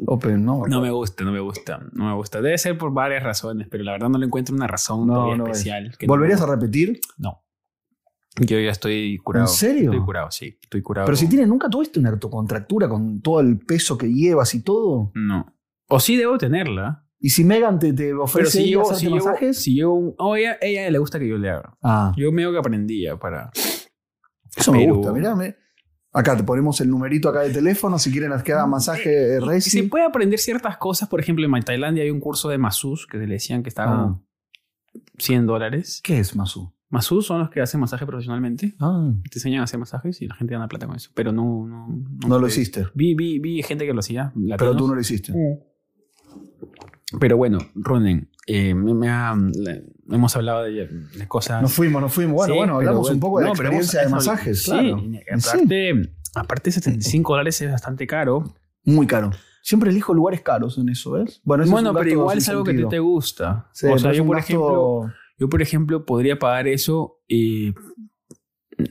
S1: Open, no.
S2: No me gusta, no me gusta, no me gusta. Debe ser por varias razones, pero la verdad no le encuentro una razón
S1: No,
S2: todavía
S1: no es.
S2: especial. que no
S1: ¿Volverías
S2: me
S1: a repetir?
S2: No. Yo ya estoy curado.
S1: ¿En serio?
S2: Estoy curado, sí. Estoy curado.
S1: Pero si tienes, nunca tuviste una autocontractura con todo el peso que llevas y todo.
S2: No. O sí debo tenerla.
S1: Y si Megan te, te
S2: Pero
S1: ofrece ir
S2: si
S1: a
S2: yo,
S1: hacerte
S2: si yo,
S1: masajes.
S2: si yo un- oh, ella, ella le gusta que yo le haga.
S1: Ah,
S2: Yo medio que aprendía para...
S1: eso me
S2: pero-
S1: gusta. Mirá, me- acá te ponemos el numerito acá de teléfono si quieren que haga masaje eh,
S2: Mm, Y Se
S1: Resi.
S2: puede aprender ciertas cosas. Por ejemplo, en Tailandia hay un curso de masús que le decían que estaba
S1: Ah,
S2: como 100 dólares.
S1: ¿Qué es Masu?
S2: Masús son los que hacen masaje profesionalmente.
S1: Ah,
S2: Te enseñan a hacer masajes y la gente gana plata con eso. Pero no... No, no
S1: no lo
S2: sé.
S1: hiciste.
S2: Vi, vi, vi gente que lo hacía.
S1: Pero
S2: latinos.
S1: tú no lo hiciste.
S2: Mm, Pero bueno, Ronen, eh, me- me ha- la- hemos hablado de, de cosas.
S1: Nos fuimos, nos fuimos. Bueno,
S2: ah, Sí,
S1: bueno,
S2: pero
S1: hablamos
S2: bueno,
S1: un poco de la
S2: no, pero
S1: experiencia de
S2: hemos- eso-
S1: masajes,
S2: sí,
S1: claro.
S2: y
S1: Sí,
S2: Aparte, aparte, 75 dólares es bastante caro.
S1: muy caro. Siempre elijo lugares caros en eso, ¿ves? ese es
S2: bueno,
S1: un
S2: pero
S1: gasto
S2: igual
S1: sin
S2: es algo que a
S1: sentido.
S2: ti te gusta.
S1: Sí,
S2: o
S1: pero
S2: sea,
S1: es
S2: yo
S1: un
S2: por,
S1: gasto-
S2: ejemplo, yo, por ejemplo, podría pagar eso y.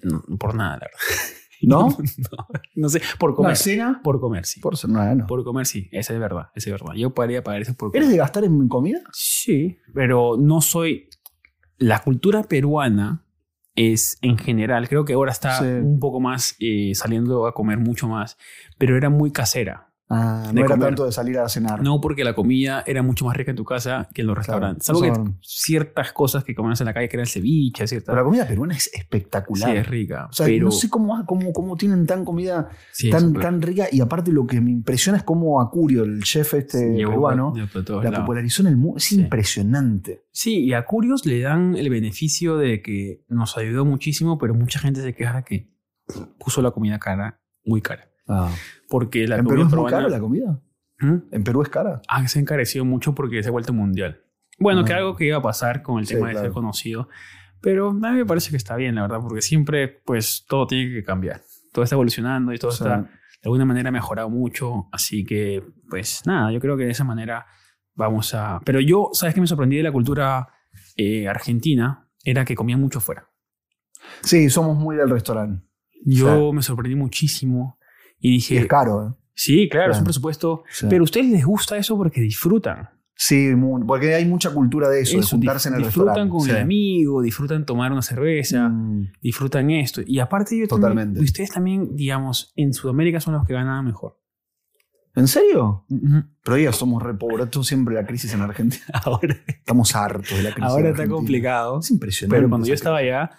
S2: no, por nada, la verdad.
S1: ¿No?
S2: no, no sé, por
S1: ¿Una
S2: comer.
S1: cena?
S2: Por comer, sí. Por,
S1: Por ser no, no.
S2: comer, sí. Esa es verdad, esa es verdad. Yo podría pagar eso por comer.
S1: ¿Eres de gastar en comida?
S2: Sí, pero no soy. La cultura peruana es en general, creo que ahora está
S1: Sí.
S2: un poco más eh, saliendo a comer mucho más, pero era muy casera.
S1: Ah,
S2: De
S1: no era
S2: comer.
S1: tanto de salir a cenar.
S2: No, porque la comida era mucho más rica en tu casa que en los
S1: Claro,
S2: restaurantes.
S1: eso
S2: Salvo que
S1: bueno.
S2: ciertas cosas que comías en la calle, que era el ceviche, ciertas.
S1: Pero la comida peruana es
S2: Sí,
S1: espectacular.
S2: es rica.
S1: O sea,
S2: pero,
S1: no sé cómo, ah, cómo, cómo tienen tan comida
S2: sí,
S1: tan,
S2: eso,
S1: tan rica. Y aparte lo que me impresiona es cómo Acurio, el chef este
S2: pero- llevó
S1: peruano,
S2: pa- llevó pa' todos
S1: la
S2: lados.
S1: popularizó en el mundo. Es
S2: Sí.
S1: impresionante.
S2: Sí, y a Curios le dan el beneficio de que nos ayudó muchísimo, pero mucha gente se queja que puso la comida cara, muy cara. Porque Ah, la
S1: ¿En Perú
S2: comida
S1: es muy
S2: peruana
S1: cara la comida?
S2: ¿Mm?
S1: ¿En Perú es cara?
S2: Ah, se encareció mucho porque se ha vuelto mundial. Bueno, que
S1: Ah.
S2: algo que iba a pasar con el
S1: Sí,
S2: tema de
S1: claro.
S2: ser conocido, pero a mí me parece que está bien, la verdad, porque siempre, pues, todo tiene que cambiar. Todo está evolucionando y todo
S1: O sea,
S2: está, de alguna manera, ha mejorado mucho. Así que, pues, nada, yo creo que de esa manera vamos a... Pero yo, ¿sabes qué me sorprendí de la cultura eh, argentina? Era que comía mucho fuera.
S1: Sí, somos muy del restaurante.
S2: Yo me sorprendí muchísimo y
S1: Y es
S2: dije,
S1: caro, ¿eh?
S2: sí, claro, es
S1: Claro.
S2: un presupuesto,
S1: Sí.
S2: pero a ustedes les gusta eso porque disfrutan.
S1: Sí, mu- porque hay mucha cultura de eso, de
S2: Eso,
S1: juntarse
S2: dif-
S1: en el restaurante.
S2: disfrutan con
S1: Sí.
S2: el amigo, disfrutan tomar una cerveza,
S1: Mm,
S2: disfrutan esto. Y aparte, yo también-
S1: Totalmente.
S2: ustedes también, digamos, en Sudamérica son los que ganan mejor.
S1: ¿En serio? Pero ya somos re pobres. Tú siempre la crisis en Argentina.
S2: Ahora,
S1: Estamos hartos de la crisis.
S2: ahora
S1: en
S2: está
S1: Argentina.
S2: complicado.
S1: Es impresionante.
S2: Pero cuando yo
S1: esa
S2: estaba allá,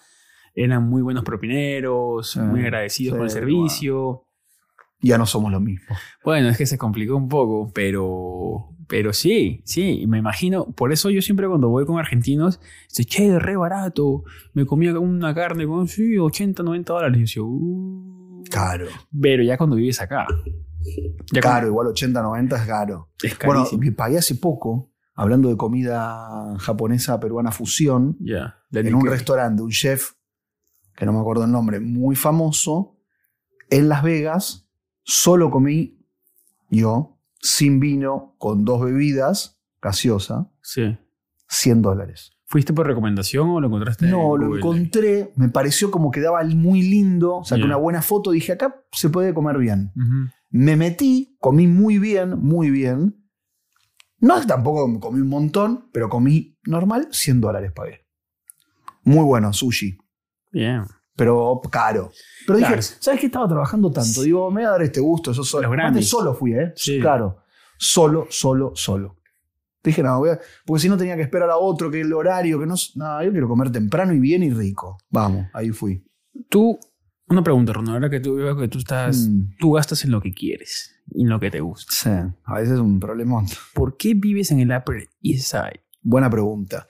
S2: eran muy bunos propineros,
S1: Sí,
S2: muy agradecidos
S1: Ah, sí,
S2: por el servicio.
S1: crisis. Ya no somos lo mismo.
S2: Bueno, es que se complicó un poco, pero, pero sí, sí, me imagino. Por eso yo siempre cuando voy con argentinos, dice, che, re barato. Me comía una carne con, sí, 80, 90 dólares. Y yo, "Uh".
S1: Caro.
S2: Pero ya cuando vives acá. Ya
S1: Caro, igual 80, 90 es caro.
S2: cuando- es carísimo.
S1: Bueno, pagué hace poco, hablando de comida japonesa peruana fusión,
S2: ya. la
S1: en un
S2: Nikkei.
S1: restaurante, un chef, que no me acuerdo el nombre, muy famoso, en Las Vegas, solo comí yo, sin vino, con dos bebidas, gaseosa,
S2: Sí.
S1: 100 dólares.
S2: ¿Fuiste por recomendación o lo encontraste?
S1: No,
S2: en
S1: lo
S2: Google?
S1: encontré, me pareció como quedaba muy lindo, saqué
S2: Ya.
S1: una buena foto, dije, acá se puede comer bien.
S2: Ujú.
S1: Me metí, comí muy bien, muy bien. No es tampoco comí un montón, pero comí normal, 100 dólares pagué. Muy bueno, sushi,
S2: Bien.
S1: pero caro. Pero dije,
S2: Claro.
S1: ¿sabes qué estaba trabajando tanto? Digo, me voy a dar este gusto, yo solo.
S2: Los
S1: aparte
S2: Grammys.
S1: solo fui, ¿eh?
S2: Sí.
S1: Claro. Solo, solo, solo. Dije, no, voy a- porque si no tenía que esperar a otro, que el horario, que no. s- No, yo quiero comer temprano y bien y rico. Vamos, ahí fui.
S2: Tú, una pregunta, Ronald, ahora que tú veo que tú estás,
S1: Mm,
S2: tú gastas en lo que quieres y en lo que te gusta.
S1: sí, a veces es un problemón.
S2: ¿Por qué vives en el Upper East Side?
S1: Buena pregunta.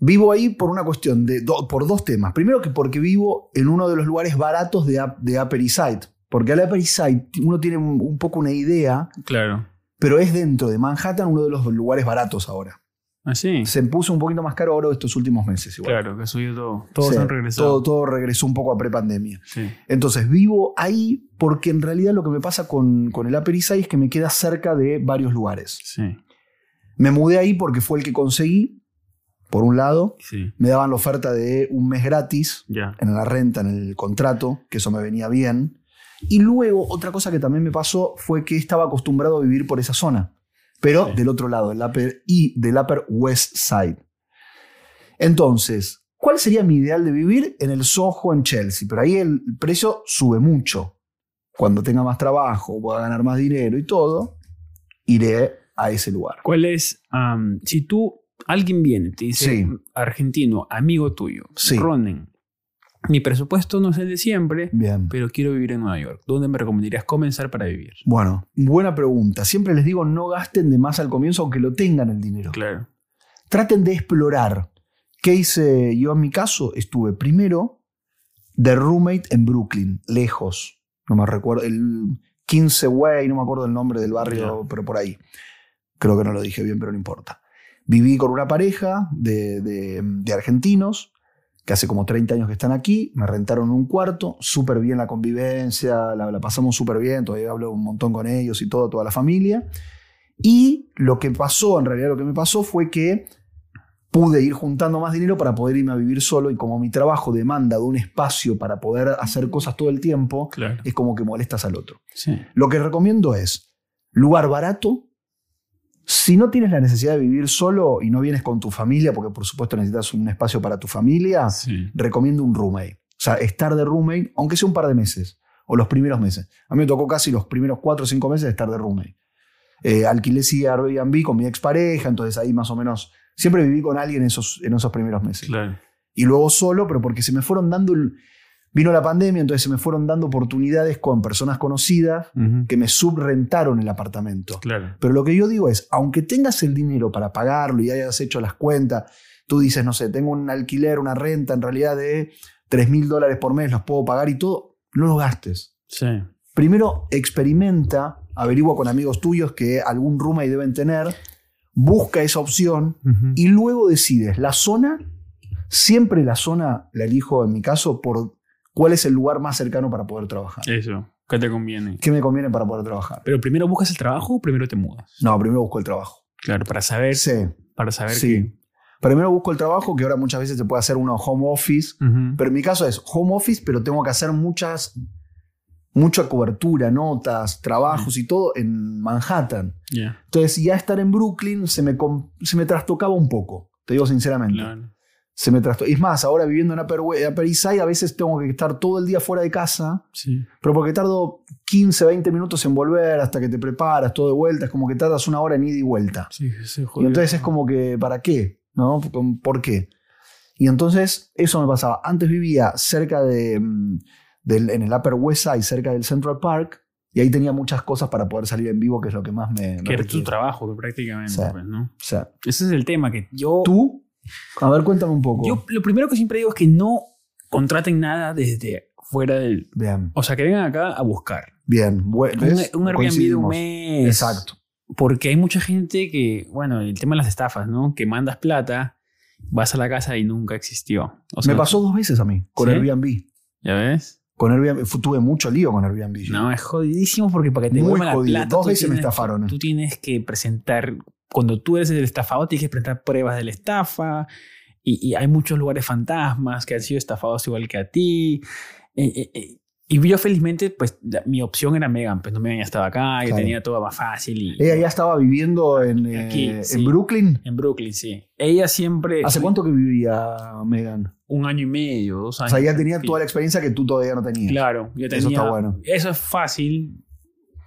S1: Vivo ahí por una cuestión de do- por dos temas. Primero que porque vivo en uno de los lugares baratos de, Up- de Upper East Side, porque al Upper East Side uno tiene un, un poco una idea,
S2: Claro.
S1: pero es dentro de Manhattan uno de los lugares baratos ahora.
S2: Así.
S1: Se puso un poquito más caro ahora estos últimos meses. Igual.
S2: Claro, que ha subido todo. Todos
S1: Sí,
S2: han regresado.
S1: Todo, todo regresó un poco a prepandemia.
S2: Sí.
S1: Entonces vivo ahí porque en realidad lo que me pasa con, con el Upper East Side es que me queda cerca de varios lugares.
S2: Sí.
S1: Me mudé ahí porque fue el que conseguí, por un lado.
S2: Sí.
S1: me daban la oferta de un mes gratis
S2: Ya.
S1: en la renta, en el contrato, que eso me venía bien. Y luego, otra cosa que también me pasó fue que estaba acostumbrado a vivir por esa zona, pero
S2: Sí.
S1: del otro lado, del upper, y del Upper West Side. Entonces, ¿cuál sería mi ideal de vivir? En el Soho, en Chelsea, pero ahí el precio sube mucho. Cuando tenga más trabajo, pueda ganar más dinero y todo, iré a ese lugar.
S2: ¿Cuál es? am, si tú, alguien viene, te dice,
S1: Sí.
S2: argentino, amigo tuyo,
S1: Sí.
S2: Ronen, mi presupuesto no es el de siempre,
S1: Bien.
S2: pero quiero vivir en Nueva York. ¿Dónde me recomendarías comenzar para vivir?
S1: Bueno, buena pregunta. Siempre les digo no gasten de más al comienzo aunque lo tengan el dinero.
S2: Claro.
S1: Traten de explorar. ¿Qué hice yo en mi caso? Estuve primero de roommate en Brooklyn, lejos. No me recuerdo, el 15 Way, no me acuerdo el nombre del barrio, pero por ahí. Creo que no lo dije bien, pero no importa. Viví con una pareja de, de- de argentinos que hace como 30 años que están aquí, me rentaron un cuarto, súper bien la convivencia, la, la pasamos súper bien, todavía hablo un montón con ellos y todo, toda la familia. Y lo que pasó, en realidad lo que me pasó fue que pude ir juntando más dinero para poder irme a vivir solo y como mi trabajo demanda de un espacio para poder hacer cosas todo el tiempo,
S2: Claro.
S1: es como que molestas al otro.
S2: Sí.
S1: Lo que recomiendo es lugar barato. Si no tienes la necesidad de vivir solo y no vienes con tu familia, porque por supuesto necesitas un espacio para tu familia,
S2: Sí.
S1: recomiendo un roommate. O sea, estar de roommate, aunque sea un par de meses. o los primeros meses. A mí me tocó casi los primeros cuatro o cinco meses de estar de roommate. Eh, alquilé sí Airbnb con mi expareja, entonces ahí más o menos siempre viví con alguien esos, en esos primeros meses.
S2: Claro.
S1: Y luego solo, pero porque se me fueron dando, el- vino la pandemia, entonces se me fueron dando oportunidades con personas conocidas
S2: Ujú.
S1: que me subrentaron el apartamento.
S2: Claro.
S1: Pero lo que yo digo es, aunque tengas el dinero para pagarlo y hayas hecho las cuentas, tú dices, no sé, tengo un alquiler, una renta en realidad de 3 mil dólares por mes, los puedo pagar y todo, no lo gastes.
S2: Sí.
S1: Primero experimenta, averigua con amigos tuyos que algún roommate deben tener, busca esa opción
S2: Ujú.
S1: y luego decides la zona. Siempre la zona la elijo en mi caso por cuál es el lugar más cercano para poder trabajar.
S2: Eso. ¿Qué te conviene?
S1: ¿Qué me conviene para poder trabajar?
S2: Pero primero buscas el trabajo o primero te mudas.
S1: No, primero busco el trabajo.
S2: Claro, para saber.
S1: Sí.
S2: Para saber
S1: sí.
S2: que.
S1: Primero busco el trabajo, que ahora muchas veces se puede hacer uno home office.
S2: Ujú.
S1: Pero en mi caso es home office, pero tengo que hacer muchas, mucha cobertura, notas, trabajos y todo en Manhattan.
S2: Ya.
S1: Entonces, ya estar en Brooklyn se me, com- se me trastocaba un poco, te digo sinceramente.
S2: Claro.
S1: Se me trasto- Es más, ahora viviendo en Upper, We- Upper East Side, a veces tengo que estar todo el día fuera de casa,
S2: Sí.
S1: pero porque tardo 15, 20 minutos en volver hasta que te preparas, todo de vuelta. Es como que tardas una hora en ida y vuelta.
S2: Sí, sí,
S1: Y
S2: joder.
S1: entonces es como que, ¿para qué? ¿No? Con- ¿Por qué? Y entonces eso me pasaba. Antes vivía cerca de, mm, del- en el Upper West Side, cerca del Central Park, y ahí tenía muchas cosas para poder salir en vivo, que es lo que más me... me
S2: Que era tu
S1: requiere.
S2: trabajo, prácticamente.
S1: Sí.
S2: pues, ¿no?
S1: O sea,
S2: Ese es el tema que yo.
S1: tú, a ver, cuéntame un poco.
S2: Yo lo primero que siempre digo es que no contraten nada desde fuera del...
S1: bien,
S2: O sea, que vengan acá a buscar.
S1: bien. bue-
S2: Un,
S1: ¿ves?
S2: un Airbnb de un
S1: Coincidimos.
S2: mes.
S1: Exacto.
S2: Porque hay mucha gente que, bueno, el tema de las estafas, ¿no? Que mandas plata, vas a la casa y nunca existió. O sea,
S1: me pasó dos veces a mí, con
S2: ¿Sí?
S1: Airbnb.
S2: ¿Ya ves?
S1: Con Airbnb, fu- tuve mucho lío con Airbnb.
S2: No, es jodidísimo porque para que te
S1: Muy
S2: vuelva la
S1: jodido.
S2: plata...
S1: Dos
S2: tú
S1: veces me
S2: tienes-
S1: estafaron.
S2: Tú tienes que presentar, cuando tú eres el estafado, tienes que presentar pruebas de la estafa. Y, y hay muchos lugares fantasmas que han sido estafados igual que a ti. Eh, eh, eh, Y yo felizmente, pues la- mi opción era Megan, pues no Megan ya estaba acá, yo
S1: Claro.
S2: tenía todo más fácil. Y,
S1: Ella ya estaba viviendo en, eh,
S2: Aquí,
S1: en
S2: sí.
S1: Brooklyn.
S2: En Brooklyn, sí. Ella siempre...
S1: ¿Hace cuánto que vivía Megan?
S2: Un año y medio, dos
S1: O
S2: años.
S1: sea, ya tenía
S2: Sí.
S1: toda la experiencia que tú todavía no tenías.
S2: Claro, yo
S1: Eso
S2: tenía...
S1: está bueno.
S2: Eso es fácil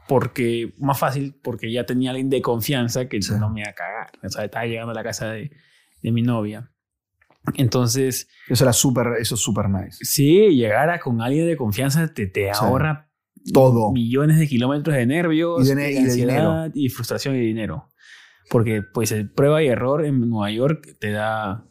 S2: porque... Más fácil porque ya tenía alguien de confianza que
S1: Sí.
S2: no me iba a cagar. O sea, estaba llegando a la casa de, de mi novia. Entonces,
S1: Eso era súper, eso es súper nice.
S2: sí, llegar a con alguien de confianza te, te
S1: Sí.
S2: ahorra
S1: Todo.
S2: millones de kilómetros de nervios
S1: Y de ne- y de
S2: ansiedad y frustración y dinero. Porque, pues, el prueba y error en Nueva York te da...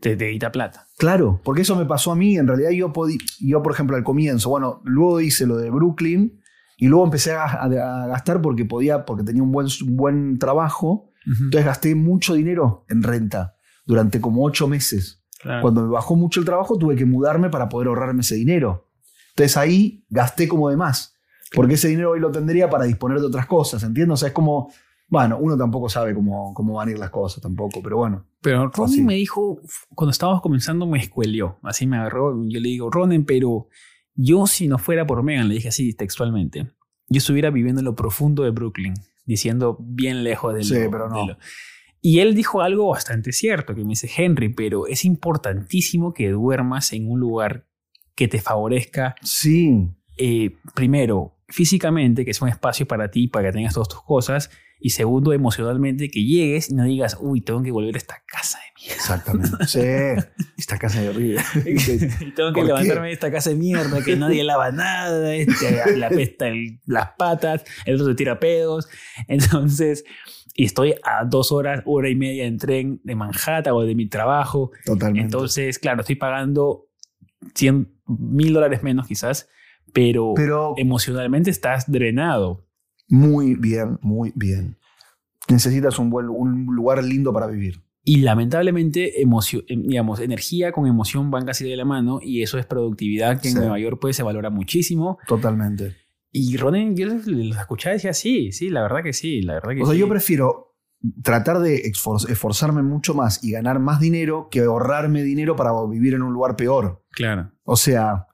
S2: Te, te quita plata.
S1: Claro, porque eso me pasó a mí. En realidad yo podí, yo por ejemplo al comienzo, bueno, luego hice lo de Brooklyn y luego empecé a, a- a gastar porque podía, porque tenía un buen, un buen trabajo. Entonces gasté mucho dinero en renta durante como ocho meses.
S2: Claro.
S1: Cuando me bajó mucho el trabajo tuve que mudarme para poder ahorrarme ese dinero. Entonces ahí gasté como de más. Porque ese dinero hoy lo tendría para disponer de otras cosas, ¿entiendes? O sea, es como, bueno, uno tampoco sabe cómo, cómo van a ir las cosas tampoco, pero bueno.
S2: Pero Ronen
S1: Así.
S2: me dijo, cuando estábamos comenzando me escuelió, así me agarró, yo le digo, Ronen, pero yo si no fuera por Megan, le dije así textualmente, yo estuviera viviendo en lo profundo de Brooklyn, diciendo bien lejos del...
S1: Sí, pero no.
S2: Y él dijo algo bastante cierto, que me dice, Henry, pero es importantísimo que duermas en un lugar que te favorezca
S1: Sí,
S2: eh, primero, físicamente, que es un espacio para ti, para que tengas todas tus cosas. Y segundo, emocionalmente, que llegues y no digas, uy, tengo que volver a esta casa de
S1: exactamente. Sí, esta casa de horrible.
S2: mierda. Y tengo que
S1: ¿Por qué?
S2: levantarme de esta casa de mierda, que nadie lava nada, este, la pesta el- las patas, el otro se tira pedos. Entonces, y estoy a dos horas, hora y media en tren de Manhattan o de mi trabajo.
S1: Totalmente.
S2: Entonces, claro, estoy pagando 100 mil dólares menos quizás, pero,
S1: pero
S2: emocionalmente estás drenado.
S1: muy bien, muy bien. Necesitas un, buen, un lugar lindo para vivir.
S2: Y lamentablemente, emocio- em, digamos, energía con emoción van casi de la mano y eso es productividad que en
S1: Sí.
S2: Nueva York pues se valora muchísimo.
S1: Totalmente.
S2: Y Ronen, yo los los escuchaba y decía, sí, sí, la verdad que sí, la verdad que
S1: O sea,
S2: sí.
S1: yo prefiero tratar de esfor- esforzarme mucho más y ganar más dinero que ahorrarme dinero para vivir en un lugar peor.
S2: Claro,
S1: O sea,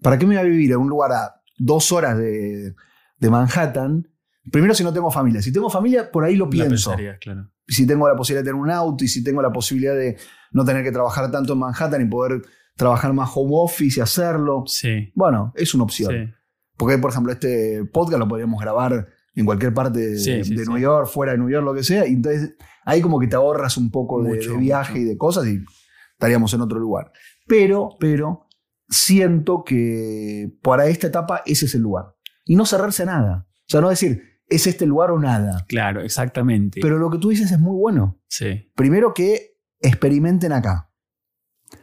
S1: ¿para qué me voy a vivir en un lugar a dos horas de, de Manhattan? Primero, si no tengo familia. Si tengo familia, por ahí lo
S2: La
S1: pienso.
S2: pensarías, claro.
S1: Si tengo la posibilidad de tener un auto y si tengo la posibilidad de no tener que trabajar tanto en Manhattan y poder trabajar más home office y hacerlo.
S2: Sí,
S1: Bueno, es una opción.
S2: sí.
S1: Porque, por ejemplo, este podcast lo podríamos grabar en cualquier parte de,
S2: Sí, sí,
S1: de
S2: sí.
S1: New York, fuera de New York, lo que sea. Y entonces ahí como que te ahorras un poco de,
S2: Mucho,
S1: de viaje
S2: mucho.
S1: y de cosas y estaríamos en otro lugar. Pero, pero, siento que para esta etapa ese es el lugar. Y no cerrarse a nada. O sea, no decir, es este lugar o nada.
S2: Claro, exactamente.
S1: Pero eh, lo que tú dices es muy bueno.
S2: sí,
S1: Primero que experimenten acá.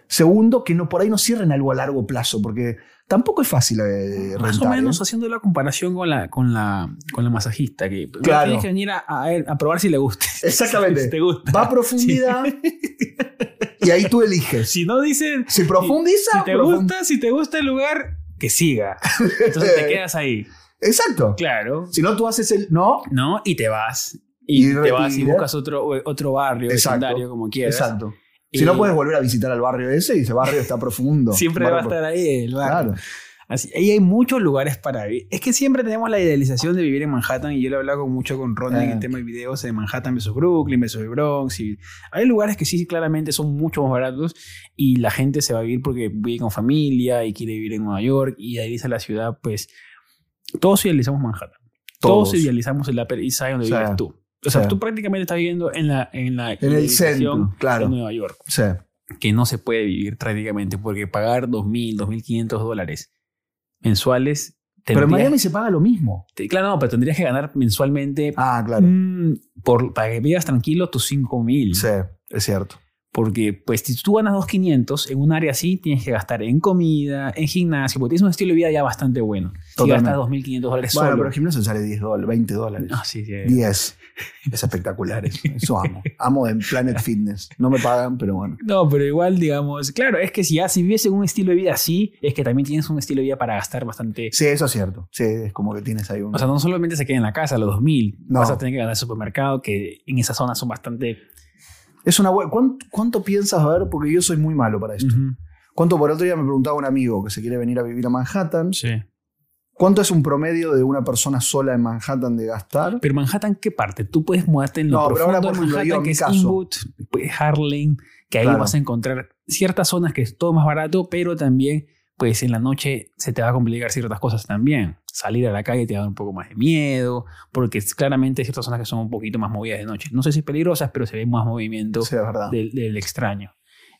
S1: Segundo, que no, por ahí no cierren algo a largo plazo, porque tampoco es fácil eh,
S2: más o
S1: rentar,
S2: menos
S1: ¿eh?
S2: haciendo la comparación con la, con la, con la masajista, que primero
S1: Claro.
S2: tienes que venir a, a, a probar si le gusta.
S1: Exactamente.
S2: si te gusta.
S1: Va a profundidad y ahí tú eliges.
S2: Si no dicen,
S1: Si profundiza,
S2: si te
S1: profun-
S2: gusta, si te gusta el lugar, que siga. Entonces te quedas ahí.
S1: Exacto.
S2: Claro.
S1: Si no, tú haces el no.
S2: ¿No? Y te vas. Y,
S1: Y
S2: te vas y
S1: retira.
S2: buscas otro, otro barrio,
S1: Exacto.
S2: vecindario, como quieras.
S1: Exacto.
S2: Y
S1: Si no, puedes volver a visitar al barrio ese y ese barrio está profundo.
S2: Siempre
S1: Barrio
S2: va a estar ahí el
S1: profundo.
S2: barrio.
S1: Claro.
S2: Así, ahí hay muchos lugares para vivir. Es que siempre tenemos la idealización de vivir en Manhattan y yo lo he hablado mucho con Ron en
S1: Ah.
S2: el tema de videos de Manhattan versus Brooklyn versus el Bronx. Y hay lugares que sí, claramente son mucho más baratos y la gente se va a vivir porque vive con familia y quiere vivir en Nueva York y idealiza la ciudad. Pues todos idealizamos Manhattan. Todos,
S1: Todos.
S2: idealizamos el Upper East Side donde
S1: O sea,
S2: vives tú. O sea,
S1: o sea.
S2: tú prácticamente estás viviendo en la en la
S1: En el
S2: idealización
S1: centro,
S2: de
S1: claro.
S2: Nueva York
S1: Sí.
S2: que no se puede vivir prácticamente porque pagar 2.000, 2.500 dólares mensuales.
S1: Pero en
S2: tendrías-
S1: Miami se paga lo mismo.
S2: te- claro, no, pero tendrías que ganar mensualmente
S1: Ah, claro.
S2: mm, por, para que vivas tranquilo tus 5.000.
S1: Sí, es cierto.
S2: Porque pues si tú ganas 2.500 en un área así, tienes que gastar en comida, en gimnasio, porque tienes un estilo de vida ya bastante bueno.
S1: Totalmente.
S2: Si gastas 2.500 dólares
S1: Bueno,
S2: solo.
S1: pero el gimnasio sale 10 dólares, 20 dólares.
S2: No, sí, sí,
S1: 10. Es espectacular eso. Eso amo. Amo en Planet Fitness. No me pagan, pero bueno.
S2: No, pero igual, digamos, claro, es que si ya si vives en un estilo de vida así, es que también tienes un estilo de vida para gastar bastante
S1: Sí, eso es cierto. Sí, es como que tienes ahí un.
S2: O sea, no solamente se queda en la casa los 2000,
S1: No.
S2: vas a tener que ganar al supermercado, que en esa zona son bastante.
S1: es una buena. ¿Cuánto, cuánto piensas ver? Porque yo soy muy malo para esto. ¿Cuánto por otro día me preguntaba un amigo que se quiere venir a vivir a Manhattan?
S2: Sí.
S1: ¿Cuánto es un promedio de una persona sola en Manhattan de gastar?
S2: Pero Manhattan, ¿qué parte? Tú puedes mudarte en lo
S1: No, pero
S2: profundo
S1: ahora, por
S2: de
S1: ejemplo,
S2: Manhattan,
S1: yo en
S2: que
S1: mi
S2: es
S1: caso.
S2: Inwood, pues, Harlem, que ahí
S1: Claro.
S2: vas a encontrar ciertas zonas que es todo más barato, pero también, pues en la noche se te va a complicar ciertas cosas también. Salir a la calle te da un poco más de miedo, porque es- claramente hay ciertas zonas que son un poquito más movidas de noche. No sé si peligrosas, pero se ve más movimiento.
S1: Sí, es verdad.
S2: del, del extraño.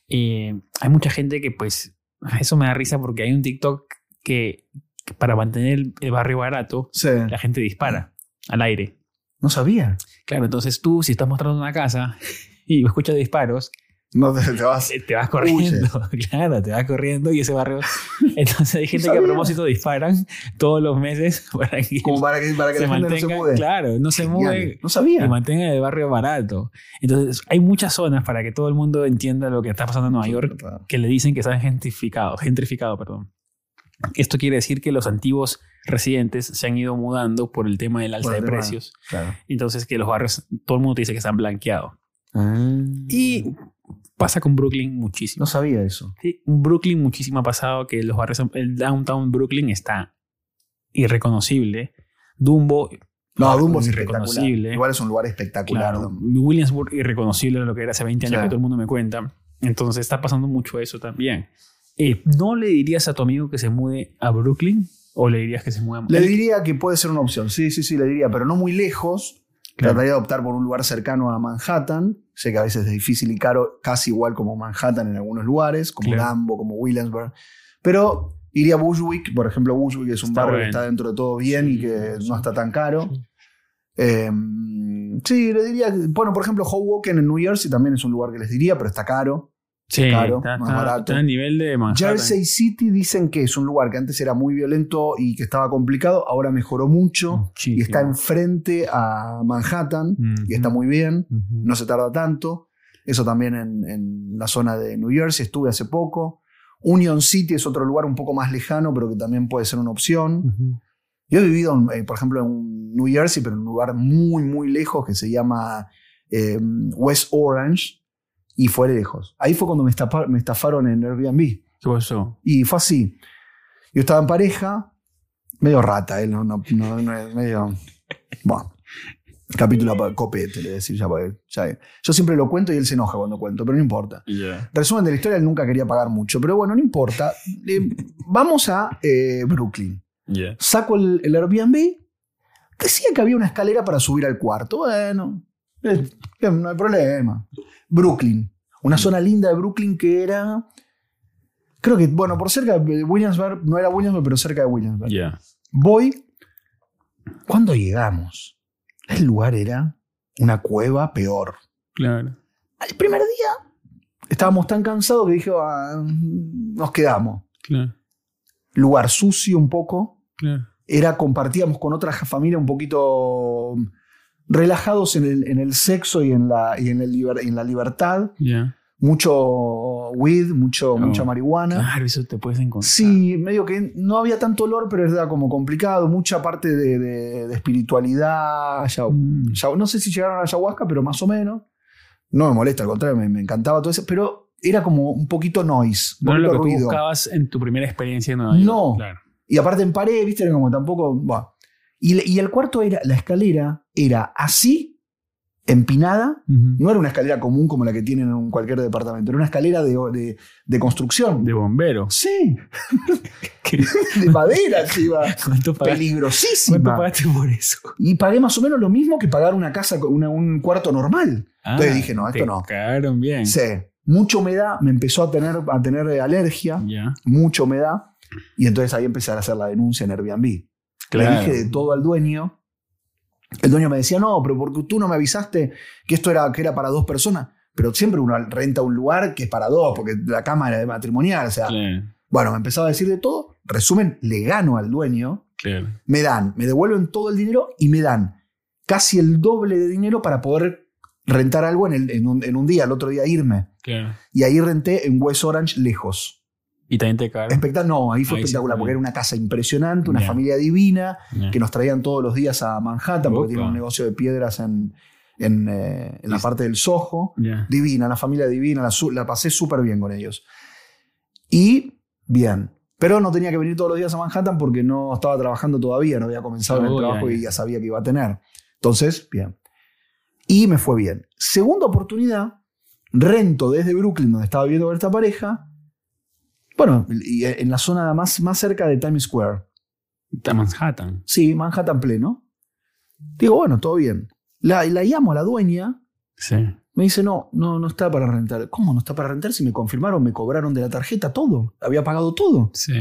S2: Eh, hay mucha gente que pues, eso me da risa porque hay un TikTok que, que para mantener el, el barrio barato,
S1: Sí.
S2: la gente dispara al aire.
S1: No sabía.
S2: Claro, entonces tú si estás mostrando una casa y escuchas disparos,
S1: No te, te vas.
S2: eh, te vas corriendo, claro, te vas corriendo y ese barrio... Entonces hay gente que a
S1: sabía.
S2: propósito disparan todos los meses para que,
S1: Como para que, para que
S2: se
S1: la gente no se
S2: mantenga-
S1: mude.
S2: Claro, no se
S1: Genial.
S2: mueve
S1: No sabía.
S2: y mantenga el barrio barato. Entonces hay muchas zonas para que todo el mundo entienda lo que está pasando en Nueva York que le dicen que están gentrificados, gentrificado, perdón. Esto quiere decir que los antiguos residentes se han ido mudando por el tema del alza
S1: Por
S2: de
S1: el tema.
S2: precios.
S1: Claro.
S2: Entonces que los barrios, todo el mundo te dice que están blanqueados.
S1: Ah.
S2: Y pasa con Brooklyn muchísimo.
S1: no sabía eso.
S2: Sí, en Brooklyn muchísimo ha pasado que los barrios, el downtown Brooklyn está irreconocible. Dumbo,
S1: No, Dumbo es espectacular.
S2: irreconocible.
S1: Igual es un lugar espectacular.
S2: Claro,
S1: Dumbo.
S2: Williamsburg irreconocible de lo que era hace 20 años
S1: Claro.
S2: que todo el mundo me cuenta. Entonces está pasando mucho eso también. Eh, ¿No le dirías a tu amigo que se mude a Brooklyn? ¿O le dirías que se mude a
S1: Le
S2: Él-
S1: diría que puede ser una opción. Sí, sí, sí, le diría, pero no muy lejos.
S2: Claro.
S1: Trataría de optar por un lugar cercano a Manhattan. Sé que a veces es difícil y caro, casi igual como Manhattan en algunos lugares, como
S2: Claro.
S1: Lambo, como Williamsburg. Pero iría a Bushwick, por ejemplo, Bushwick es un
S2: Está
S1: barrio
S2: bueno.
S1: que está dentro de todo bien y que
S2: Sí.
S1: no está tan caro.
S2: Sí.
S1: Eh, sí, le diría, bueno, por ejemplo, Hoboken en New Jersey también es un lugar que les diría, pero está caro.
S2: Sí,
S1: Claro,
S2: está,
S1: más
S2: está-
S1: barato.
S2: está a nivel de Manhattan.
S1: Jersey City dicen que es un lugar que antes era muy violento y que estaba complicado, ahora mejoró mucho
S2: Muchísimo.
S1: y está enfrente a Manhattan
S2: Ujú.
S1: y está muy bien,
S2: Ujú.
S1: no se tarda tanto. Eso también en, en la zona de New Jersey, estuve hace poco. Union City es otro lugar un poco más lejano, pero que también puede ser una opción.
S2: Ujú.
S1: Yo he vivido, en, eh, por ejemplo, en New Jersey, pero en un lugar muy, muy lejos que se llama eh, West Orange y fue lejos. Ahí fue cuando me, estapa- me estafaron en Airbnb.
S2: ¿Qué pasó?
S1: Y fue así. Yo estaba en pareja, medio rata, él no, no, no, no- medio. Bueno. Capítulo pa- copete, le voy a decir ya, porque ya- Yo siempre lo cuento y él se enoja cuando cuento, pero no importa. Resumen de la historia, él nunca quería pagar mucho, pero bueno, no importa. Eh, vamos a eh, Brooklyn.
S2: Ya.
S1: Saco el, el Airbnb. Decía que había una escalera para subir al cuarto. Bueno, eh, eh, no hay problema. Brooklyn. Una zona linda de Brooklyn que era. Creo que, bueno, por cerca de Williamsburg, no era Williamsburg, pero cerca de Williamsburg.
S2: Ya.
S1: Voy. Cuando llegamos, el lugar era una cueva peor.
S2: Claro.
S1: Al primer día estábamos tan cansados que dije, "Ah, nos quedamos.
S2: Claro.
S1: Lugar sucio un poco,
S2: Claro.
S1: era compartíamos con otra familia un poquito relajados en el, en el sexo y en la, y en el liber- en la libertad.
S2: Ya.
S1: Mucho weed, mucho,
S2: Oh.
S1: mucha marihuana.
S2: Claro, eso te puedes encontrar.
S1: Sí, medio que no había tanto olor, pero era como complicado. Mucha parte de, de- de espiritualidad. ya-
S2: Mm.
S1: ya- no sé si llegaron a ayahuasca, pero más o menos. No me molesta, al contrario, me, me encantaba todo eso. Pero era como un poquito noise, un
S2: No era lo
S1: poquito
S2: que tú
S1: ruido.
S2: buscabas en tu primera experiencia en Nueva York.
S1: No.
S2: Claro.
S1: Y aparte en pared, viste, era como tampoco. buah. Y, le- y el cuarto era, la escalera era así, empinada.
S2: Ujú.
S1: No era una escalera común como la que tienen en cualquier departamento, era una escalera de, de- de construcción.
S2: De bombero.
S1: sí,
S2: ¿Qué?
S1: de madera, sí, va.
S2: ¿Cuánto pagaste? ¿Cuánto
S1: Peligrosísima.
S2: pagaste por eso?
S1: Y pagué más o menos lo mismo que pagar una casa, con una- un cuarto normal. Entonces dije, no, esto
S2: Ah, te
S1: no.
S2: cagaron bien.
S1: Sí. Mucha humedad, me empezó a tener, a tener eh, alergia,
S2: Ya.
S1: mucha humedad. Y entonces ahí empecé a hacer la denuncia en Airbnb. Le dije de todo al dueño. El dueño me decía, no, pero porque tú no me avisaste que esto era, que era para dos personas. Pero siempre uno renta un lugar que es para dos, porque la cama era de matrimonial. O sea,
S2: Claro,
S1: bueno, me empezaba a decir de todo. Resumen, le gano al dueño.
S2: claro.
S1: Me dan, me devuelven todo el dinero y me dan casi el doble de dinero para poder rentar algo en, el- en un, en un día, el otro día irme.
S2: claro.
S1: Y ahí renté en West Orange lejos.
S2: Y también te cagaron.
S1: Espectac- no, ahí fue
S2: Ahí sí,
S1: espectacular, porque
S2: ahí.
S1: era una casa impresionante, una
S2: Bien.
S1: familia divina
S2: Ya.
S1: que nos traían todos los días a Manhattan,
S2: Opa.
S1: porque tiene un negocio de piedras en, en, eh, en la parte del Soho.
S2: Ya.
S1: Divina, la familia divina, la, su- la pasé súper bien con ellos. Y bien. Pero no tenía que venir todos los días a Manhattan porque no estaba trabajando todavía, no había comenzado en el
S2: Oh, ya,
S1: trabajo y
S2: ya.
S1: ya sabía que iba a tener. Entonces, bien. Y me fue bien. Segunda oportunidad, rento desde Brooklyn, donde estaba viviendo con esta pareja. Bueno, y en la zona más, más cerca de Times Square.
S2: Está Manhattan.
S1: Sí, Manhattan pleno. Digo, bueno, todo bien. La, la llamo a la dueña.
S2: Sí.
S1: Me dice, no, no, no está para rentar. ¿Cómo no está para rentar? Si me confirmaron, me cobraron de la tarjeta todo. Había pagado todo.
S2: Sí.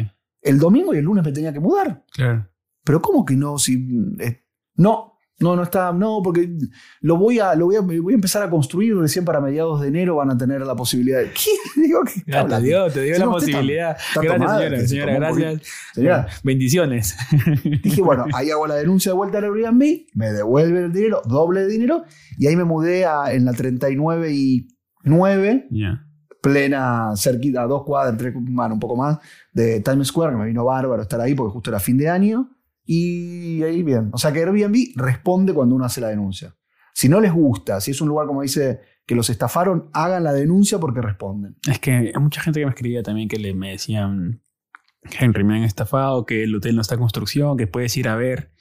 S1: El domingo y el lunes me tenía que mudar.
S2: Claro.
S1: Pero ¿cómo que no? Si, eh, no, no, no está. No, porque lo voy a, lo voy a, voy a empezar a construir recién para mediados de enero van a tener la posibilidad. de- ¿Qué? Digo, ¿qué está
S2: Ah, te
S1: hablando?
S2: dio, te dio
S1: Sí,
S2: la
S1: no, usted está-
S2: posibilidad.
S1: está
S2: gracias,
S1: tomada, que
S2: señora.
S1: se
S2: Señora,
S1: tomó un
S2: gracias.
S1: Señora,
S2: Bendiciones.
S1: Dije, bueno, ahí hago la denuncia de vuelta al Airbnb, me devuelven el dinero, doble de dinero, y ahí me mudé a, en la 39 y 9,
S2: Ya.
S1: plena, cerquita, a dos cuadras, tres, bueno, un poco más, de Times Square, que me vino bárbaro estar ahí porque justo era fin de año, y ahí bien. O sea que Airbnb responde cuando uno hace la denuncia. Si no les gusta, si es un lugar como dice que los estafaron, hagan la denuncia porque responden.
S2: Es que hay mucha gente que me escribía también que le, me decían, Henry, me han estafado, que el hotel no está en construcción, que puedes ir a ver.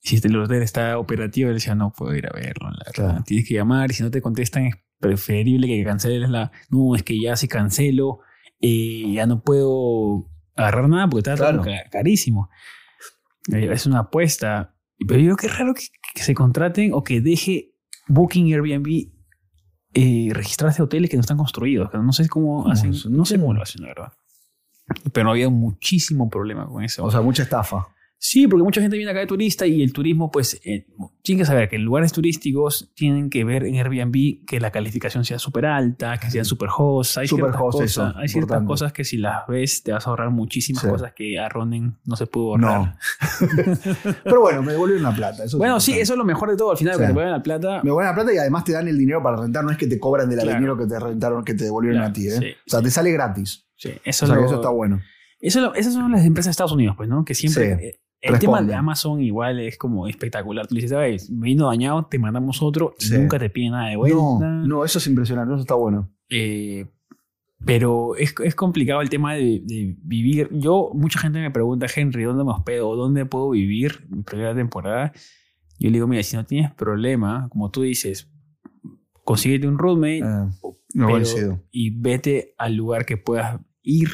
S2: Si este- el hotel está operativo, le decía, no puedo ir a verlo. la verdad.
S1: Claro.
S2: Tienes que llamar y si no te contestan es preferible que canceles la... No, es que ya si cancelo, eh, ya no puedo agarrar nada porque está
S1: Claro.
S2: ca- carísimo. Eh, Es una apuesta. Pero yo creo que es raro que, que se contraten o que deje Booking Airbnb eh, registrarse hoteles que no están construidos. No sé cómo,
S1: ¿Cómo
S2: hacen,
S1: eso?
S2: no sé cómo lo hacen, la verdad. Pero había muchísimo problema con eso.
S1: O sea, mucha estafa.
S2: sí, porque mucha gente viene acá de turista y el turismo, pues, eh, tienen que saber que en lugares turísticos tienen que ver en Airbnb que la calificación sea súper alta, que sean super hosts. Hay
S1: Super
S2: ciertas,
S1: host,
S2: cosas,
S1: eso,
S2: hay ciertas
S1: importante.
S2: cosas que si las ves te vas a ahorrar muchísimas
S1: Sí.
S2: cosas que a Ronen no se pudo ahorrar.
S1: No. Pero bueno, me devuelven la plata. Eso es
S2: Bueno, sí,
S1: importante.
S2: eso es lo mejor de todo. Al final,
S1: Sí.
S2: que te vuelvan la plata.
S1: Me buena plata y además te dan el dinero para rentar, no es que te cobran del
S2: Ah. Claro.
S1: dinero que te rentaron, que te devolvieron
S2: Claro,
S1: a ti, ¿eh?
S2: sí,
S1: o sea, te sale gratis.
S2: Sí, eso
S1: o sea,
S2: es
S1: que
S2: lo-
S1: eso está bueno.
S2: Eso lo- esas son las empresas de Estados Unidos, pues, ¿no? Que siempre.
S1: Sí,
S2: eh, el tema de
S1: responden.
S2: Amazon igual es como espectacular. Tú le dices, "Ay, vino dañado, te mandamos otro y
S1: Sí.
S2: nunca te piden nada de vuelta.
S1: No, no, eso es impresionante, eso está bueno.
S2: Eh, pero es, es complicado el tema de, de vivir. Yo, mucha gente me pregunta, Henry, ¿dónde me hospedo? ¿Dónde puedo vivir mi primera temporada? Yo le digo, mira, si no tienes problema, como tú dices, consíguete un roommate
S1: Eh, no
S2: pero-
S1: coincido.
S2: y vete al lugar que puedas ir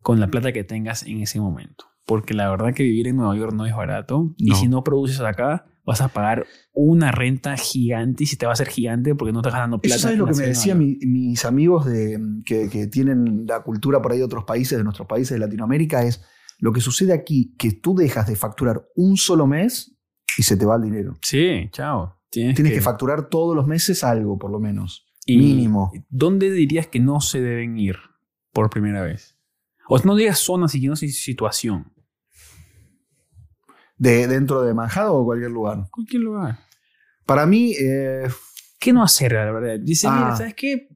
S2: con la plata que tengas en ese momento. Porque la verdad que vivir en Nueva York no es barato. Y
S3: No.
S2: si no produces acá, vas a pagar una renta gigante y si te va a hacer gigante porque no estás ganando plata.
S1: Eso sabes lo
S2: en la
S1: que me
S2: ciudad de
S1: decían
S2: Nueva York.
S1: mi- mis amigos de, que, que tienen la cultura por ahí de otros países, de nuestros países de Latinoamérica, es lo que sucede aquí, que tú dejas de facturar un solo mes y se te va el dinero.
S2: Sí, chao. Tienes,
S1: Tienes que facturar todos los meses algo, por lo menos.
S2: y-
S1: mínimo.
S2: ¿Dónde dirías que no se deben ir por primera vez? O sea, no digas zona, sino si- situación.
S1: De, dentro de Manhattan o cualquier lugar.
S2: Cualquier lugar.
S1: Para mí, eh,
S2: ¿Qué no hacer, la verdad? Dice,
S1: Ah.
S2: mira, ¿sabes qué?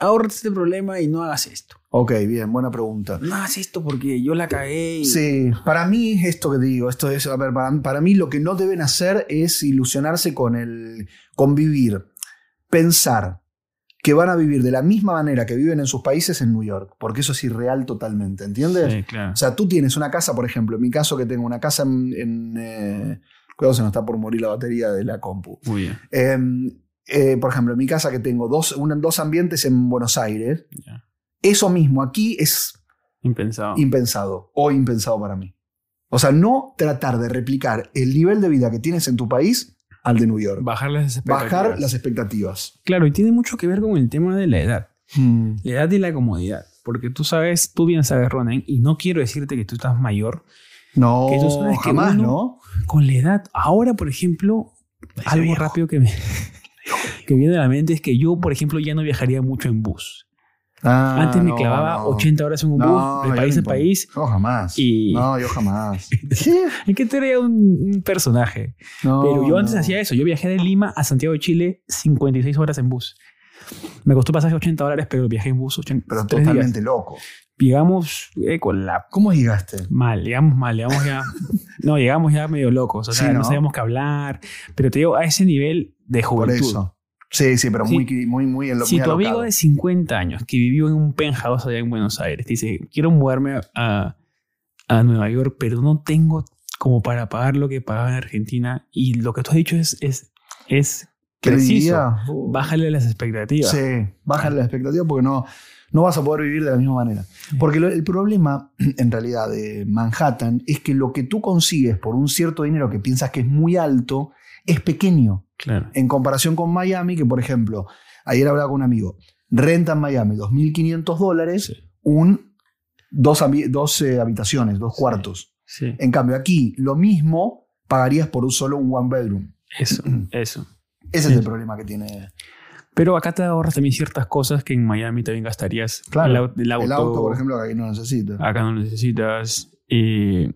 S2: Ahorrate este problema y no hagas esto.
S1: ok, bien, buena pregunta.
S2: No hagas esto porque yo la cagué. y-
S1: Sí, para mí es esto que digo, esto es, a ver, para, para mí lo que no deben hacer es ilusionarse con el convivir, pensar que van a vivir de la misma manera que viven en sus países en New York, porque eso es irreal totalmente, ¿entiendes?
S2: Sí, claro.
S1: O sea, tú tienes una casa, por ejemplo, en mi caso que tengo una casa en... en, eh, cuidado, se nos está por morir la batería de la compu.
S2: Muy bien.
S1: Eh, eh, por ejemplo, en mi casa que tengo dos, un- dos ambientes en Buenos Aires,
S2: Ya.
S1: eso mismo aquí es
S2: Impensado.
S1: impensado o impensado para mí. O sea, no tratar de replicar el nivel de vida que tienes en tu país al de New York.
S2: Bajar las expectativas.
S1: Bajar las expectativas. Hmm.
S2: Claro, y tiene mucho que ver con el tema de la edad. La edad y la comodidad. Porque tú sabes, tú bien sabes, Ronan, y no quiero decirte que tú estás mayor.
S1: No,
S2: Que tú sabes que
S1: jamás,
S2: uno-
S1: ¿no?
S2: Con la edad, ahora, por ejemplo, algo
S3: viejo.
S2: rápido que me que viene a la mente es que yo, por ejemplo, ya no viajaría mucho en bus.
S1: Ah,
S2: Antes me
S1: no,
S2: clavaba
S1: no.
S2: 80 horas en un
S1: No,
S2: bus, de
S1: yo
S2: país
S1: no
S2: a
S1: puedo.
S2: país.
S1: Yo jamás.
S2: Y-
S1: No, yo jamás.
S2: En que tú eres un, un personaje.
S1: No,
S2: Pero yo antes
S1: no.
S2: hacía eso. Yo viajé de Lima a Santiago de Chile 56 horas en bus. Me costó pasaje 80 dólares, pero viajé en bus 80
S1: Pero
S2: tres días.
S1: totalmente loco.
S2: Llegamos eh, con la...
S1: ¿Cómo llegaste?
S2: Mal, llegamos mal, llegamos ya... no, llegamos ya medio locos. O sea,
S1: Sí,
S2: ¿no?
S1: ¿no?
S2: sabíamos qué hablar. Pero te digo, a ese nivel de
S1: Por
S2: juventud.
S1: eso. Sí, sí, pero
S2: Sí.
S1: muy, muy, muy en lo
S2: Si
S1: muy
S2: tu amigo
S1: alocado.
S2: de 50 años que vivió en un penthouse allá en Buenos Aires te dice, quiero mudarme a, a Nueva York, pero no tengo como para pagar lo que pagaba en Argentina, y lo que tú has dicho es, es, es preciso,
S1: Credibilidad. Uh.
S2: bájale las expectativas.
S1: Sí, bajan las expectativas porque no, no vas a poder vivir de la misma manera. Porque lo- el problema, en realidad, de Manhattan es que lo que tú consigues por un cierto dinero que piensas que es muy alto es pequeño
S2: Claro.
S1: en comparación con Miami, que por ejemplo, ayer hablaba con un amigo, renta en Miami 2.500 dólares,
S2: Sí.
S1: un, dos, habi- dos, eh, habitaciones, dos
S2: Sí.
S1: cuartos.
S2: Sí,
S1: En cambio, aquí lo mismo pagarías por un solo un one bedroom.
S2: eso, eso.
S1: Ese es el problema que tiene
S2: Pero acá te ahorras también ciertas cosas que en Miami también gastarías.
S1: Claro.
S2: El, au- el auto, Ah,
S1: el auto, por ejemplo, que aquí no necesita.
S2: acá no lo necesitas. Y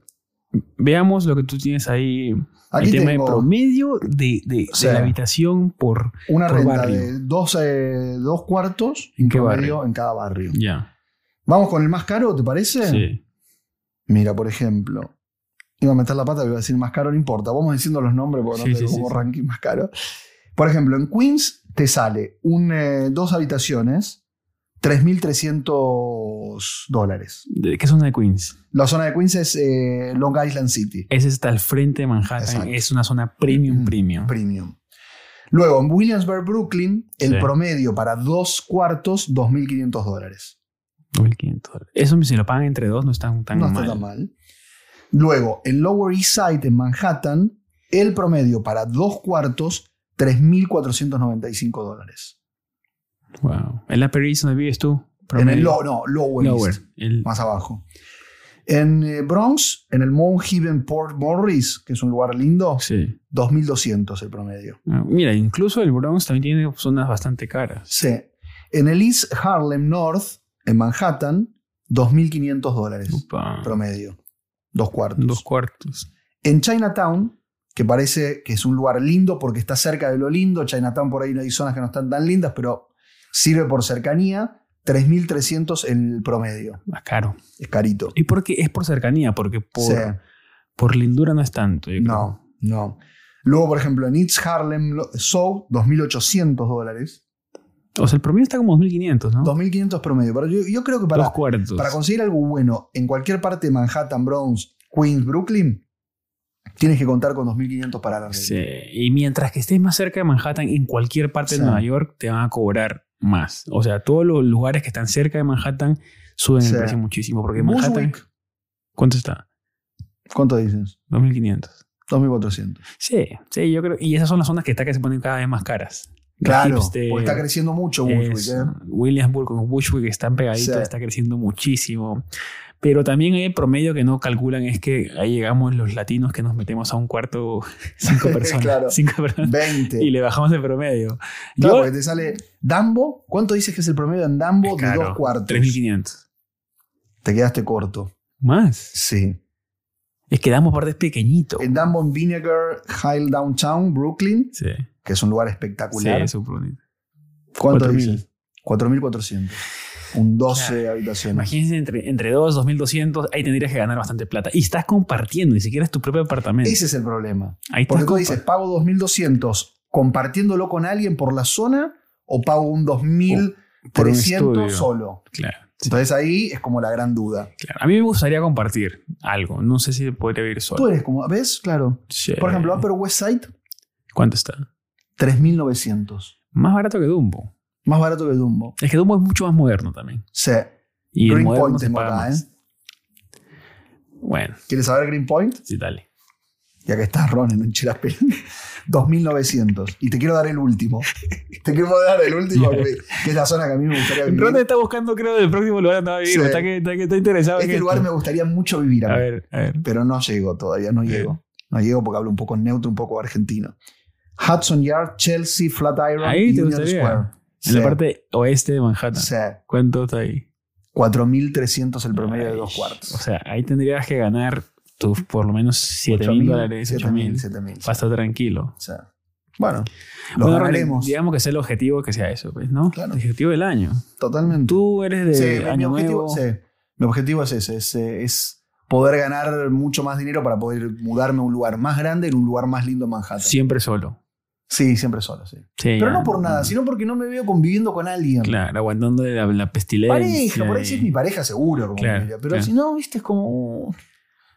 S2: veamos lo que tú tienes ahí.
S1: Aquí
S2: el tema de
S1: tengo-
S2: promedio de, de-
S1: O sea,
S2: de la habitación por...
S1: Una
S2: por
S1: renta
S2: barrio.
S1: de dos, eh, dos cuartos
S2: ¿En qué
S1: promedio
S2: barrio?
S1: en cada barrio.
S2: Ya.
S1: Vamos con el más caro, ¿te parece?
S2: Sí.
S1: Mira, por ejemplo, iba a meter la pata, pero iba a decir más caro, no importa. Vamos diciendo los nombres porque
S2: Sí,
S1: no
S2: sí,
S1: tengo
S2: sí,
S1: como
S2: sí.
S1: ranking más caro. Por ejemplo, en Queens te sale un, eh, dos habitaciones, 3.300 dólares.
S2: ¿De ¿Qué zona de Queens?
S1: La zona de Queens es eh, Long Island City,
S2: Esa está al frente de Manhattan.
S1: Exacto.
S2: Es una zona premium,
S1: Mm,
S2: premium.
S1: premium. Luego, en Williamsburg, Brooklyn, el
S2: Sí.
S1: promedio para dos cuartos, 2.500 dólares.
S2: 1500 dólares. Eso si lo pagan entre dos no está tan
S1: no
S2: mal.
S1: está tan mal. Luego, en Lower East Side, en Manhattan, el promedio para dos cuartos, 3.495 dólares.
S2: Wow. En la Paris donde vives tú.
S1: En el
S2: Promedio.
S1: lo- no, Lower, East,
S2: Lower. El-
S1: más abajo. En eh, Bronx, en el Mount Haven Port Morris, que es un lugar lindo,
S2: sí.
S1: 2.200 el promedio.
S2: Ah, Mira, incluso el Bronx también tiene zonas bastante caras.
S1: Sí. En el East Harlem North, en Manhattan, 2.500 dólares
S2: Upa.
S1: promedio. Dos cuartos.
S2: Dos cuartos.
S1: En Chinatown, que parece que es un lugar lindo porque está cerca de lo lindo, Chinatown por ahí hay zonas que no están tan lindas, pero sirve por cercanía, 3.300 el promedio.
S2: Más Ah, caro.
S1: Es carito.
S2: Y porque es por cercanía, porque por,
S1: Sí,
S2: por lindura no es tanto. yo creo.
S1: no, no. Luego, por ejemplo, en East Harlem lo- South, 2.800 dólares.
S2: O sea, el promedio está como 2500, ¿no?
S1: 2.500 promedio. Pero yo, yo creo que
S2: dos
S1: para,
S2: cuartos.
S1: para conseguir algo bueno en cualquier parte de Manhattan, Bronx, Queens, Brooklyn, tienes que contar con 2.500 para la renta.
S2: Sí, Y mientras que estés más cerca de Manhattan, en cualquier parte
S1: Sí.
S2: de Nueva York, te van a cobrar más. O sea, todos los lugares que están cerca de Manhattan suben
S1: Sí.
S2: el precio muchísimo. Porque Manhattan.
S1: Bushwick,
S2: ¿Cuánto está?
S1: ¿Cuánto dices?
S2: 2.500.
S1: 2.400.
S2: Sí, sí, yo creo. Y esas son las zonas que está que se ponen cada vez más caras. Los
S1: Claro,
S2: hips de-
S1: porque está creciendo mucho Bushwick.
S2: es-
S1: ¿eh?
S2: Williamsburg con Bushwick están pegaditos,
S1: Sí.
S2: está creciendo muchísimo. Pero también hay el promedio que no calculan es que ahí llegamos los latinos que nos metemos a un cuarto cinco personas.
S1: Claro.
S2: cinco personas
S1: 20.
S2: y le bajamos el promedio.
S1: Claro,
S2: Yo,
S1: porque te sale Dambo. ¿Cuánto dices que es el promedio en Dambo de
S2: Claro,
S1: dos cuartos?
S2: 3.500.
S1: Te quedaste corto.
S2: Más.
S1: Sí.
S2: Es que damos partes pequeñito.
S1: En Dambo, en Vinegar, Hill Downtown, Brooklyn,
S2: Sí,
S1: que es un lugar
S2: sí,
S1: espectacular.
S2: es un promedio.
S1: ¿Cuánto
S2: 4.000.
S1: dices? 4.400. Un 12 habitaciones.
S2: Imagínense entre, entre 2, 2200, ahí tendrías que ganar bastante plata. Y estás compartiendo, ni siquiera es tu propio apartamento.
S1: Ese es el problema.
S2: ahí estás
S1: Porque tú
S2: compa-
S1: dices, pago 2.200 compartiéndolo con alguien por la zona o pago un 2.300
S2: estudio.
S1: solo.
S2: Claro, sí,
S1: Entonces ahí es como la gran duda.
S2: claro. A mí me gustaría compartir algo. No sé si podría vivir solo.
S1: Tú eres como, ¿ves? Claro.
S2: Sí.
S1: Por ejemplo, Upper West Side,
S2: ¿Cuánto está?
S1: 3.900.
S2: Más barato que Dumbo.
S1: Más barato que Dumbo.
S2: Es que Dumbo es mucho más moderno también.
S1: Sí.
S2: Y el moderno
S1: Greenpoint
S2: se
S1: tengo
S2: paga
S1: acá,
S2: más.
S1: ¿eh?
S2: Bueno,
S1: ¿Quieres saber Greenpoint?
S2: sí, dale.
S1: Eh, Ya que está Ron en un chirapel. 2.900. Y te quiero dar el último. te quiero dar el último,
S2: Ya.
S1: que que es la zona que a mí me gustaría vivir.
S2: Ronda está buscando, creo, el próximo lugar donde va a vivir.
S1: Sí.
S2: Está, que, está, que está interesado. en
S1: Este
S2: esto.
S1: lugar me gustaría mucho vivir. A
S2: A
S1: mí.
S2: ver, Eh. a ver.
S1: pero no llego todavía, no
S2: Bien.
S1: llego. No llego porque hablo un poco neutro, un poco argentino. Hudson Yard, Chelsea, Flatiron,
S2: Ahí te
S1: Union
S2: gustaría.
S1: Square.
S2: En la parte oeste de Manhattan.
S1: O sea,
S2: ¿Cuánto está ahí?
S1: 4.300 el promedio de dos
S2: Ay,
S1: cuartos.
S2: O sea, ahí tendrías que ganar tus por lo menos 7 mil dólares, 8 mil.
S1: 7.000.
S2: Para estar tranquilo.
S1: O sea, bueno, lo
S2: Bueno, Ronnie,
S1: ganaremos.
S2: digamos que sea el objetivo que sea eso, pues, ¿no?
S1: Claro.
S2: El objetivo del año.
S1: Totalmente.
S2: Tú eres de
S1: Sí, mi, mi
S2: año
S1: objetivo,
S2: nuevo.
S1: sí, mi objetivo es ese, es, eh, es poder ganar mucho más dinero para poder mudarme a un lugar más grande en un lugar más lindo en Manhattan. Sí,
S2: Siempre solo.
S1: siempre solo, sí.
S2: Sí,
S1: Pero
S2: ya. Mm.
S1: no por nada, sino porque no me veo conviviendo con alguien.
S2: Claro, aguantando la, la pestilencia.
S1: pareja, por ahí sí
S2: y-
S1: es mi pareja seguro, como
S2: Claro,
S1: que diría. pero
S2: claro.
S1: si no, viste, es como,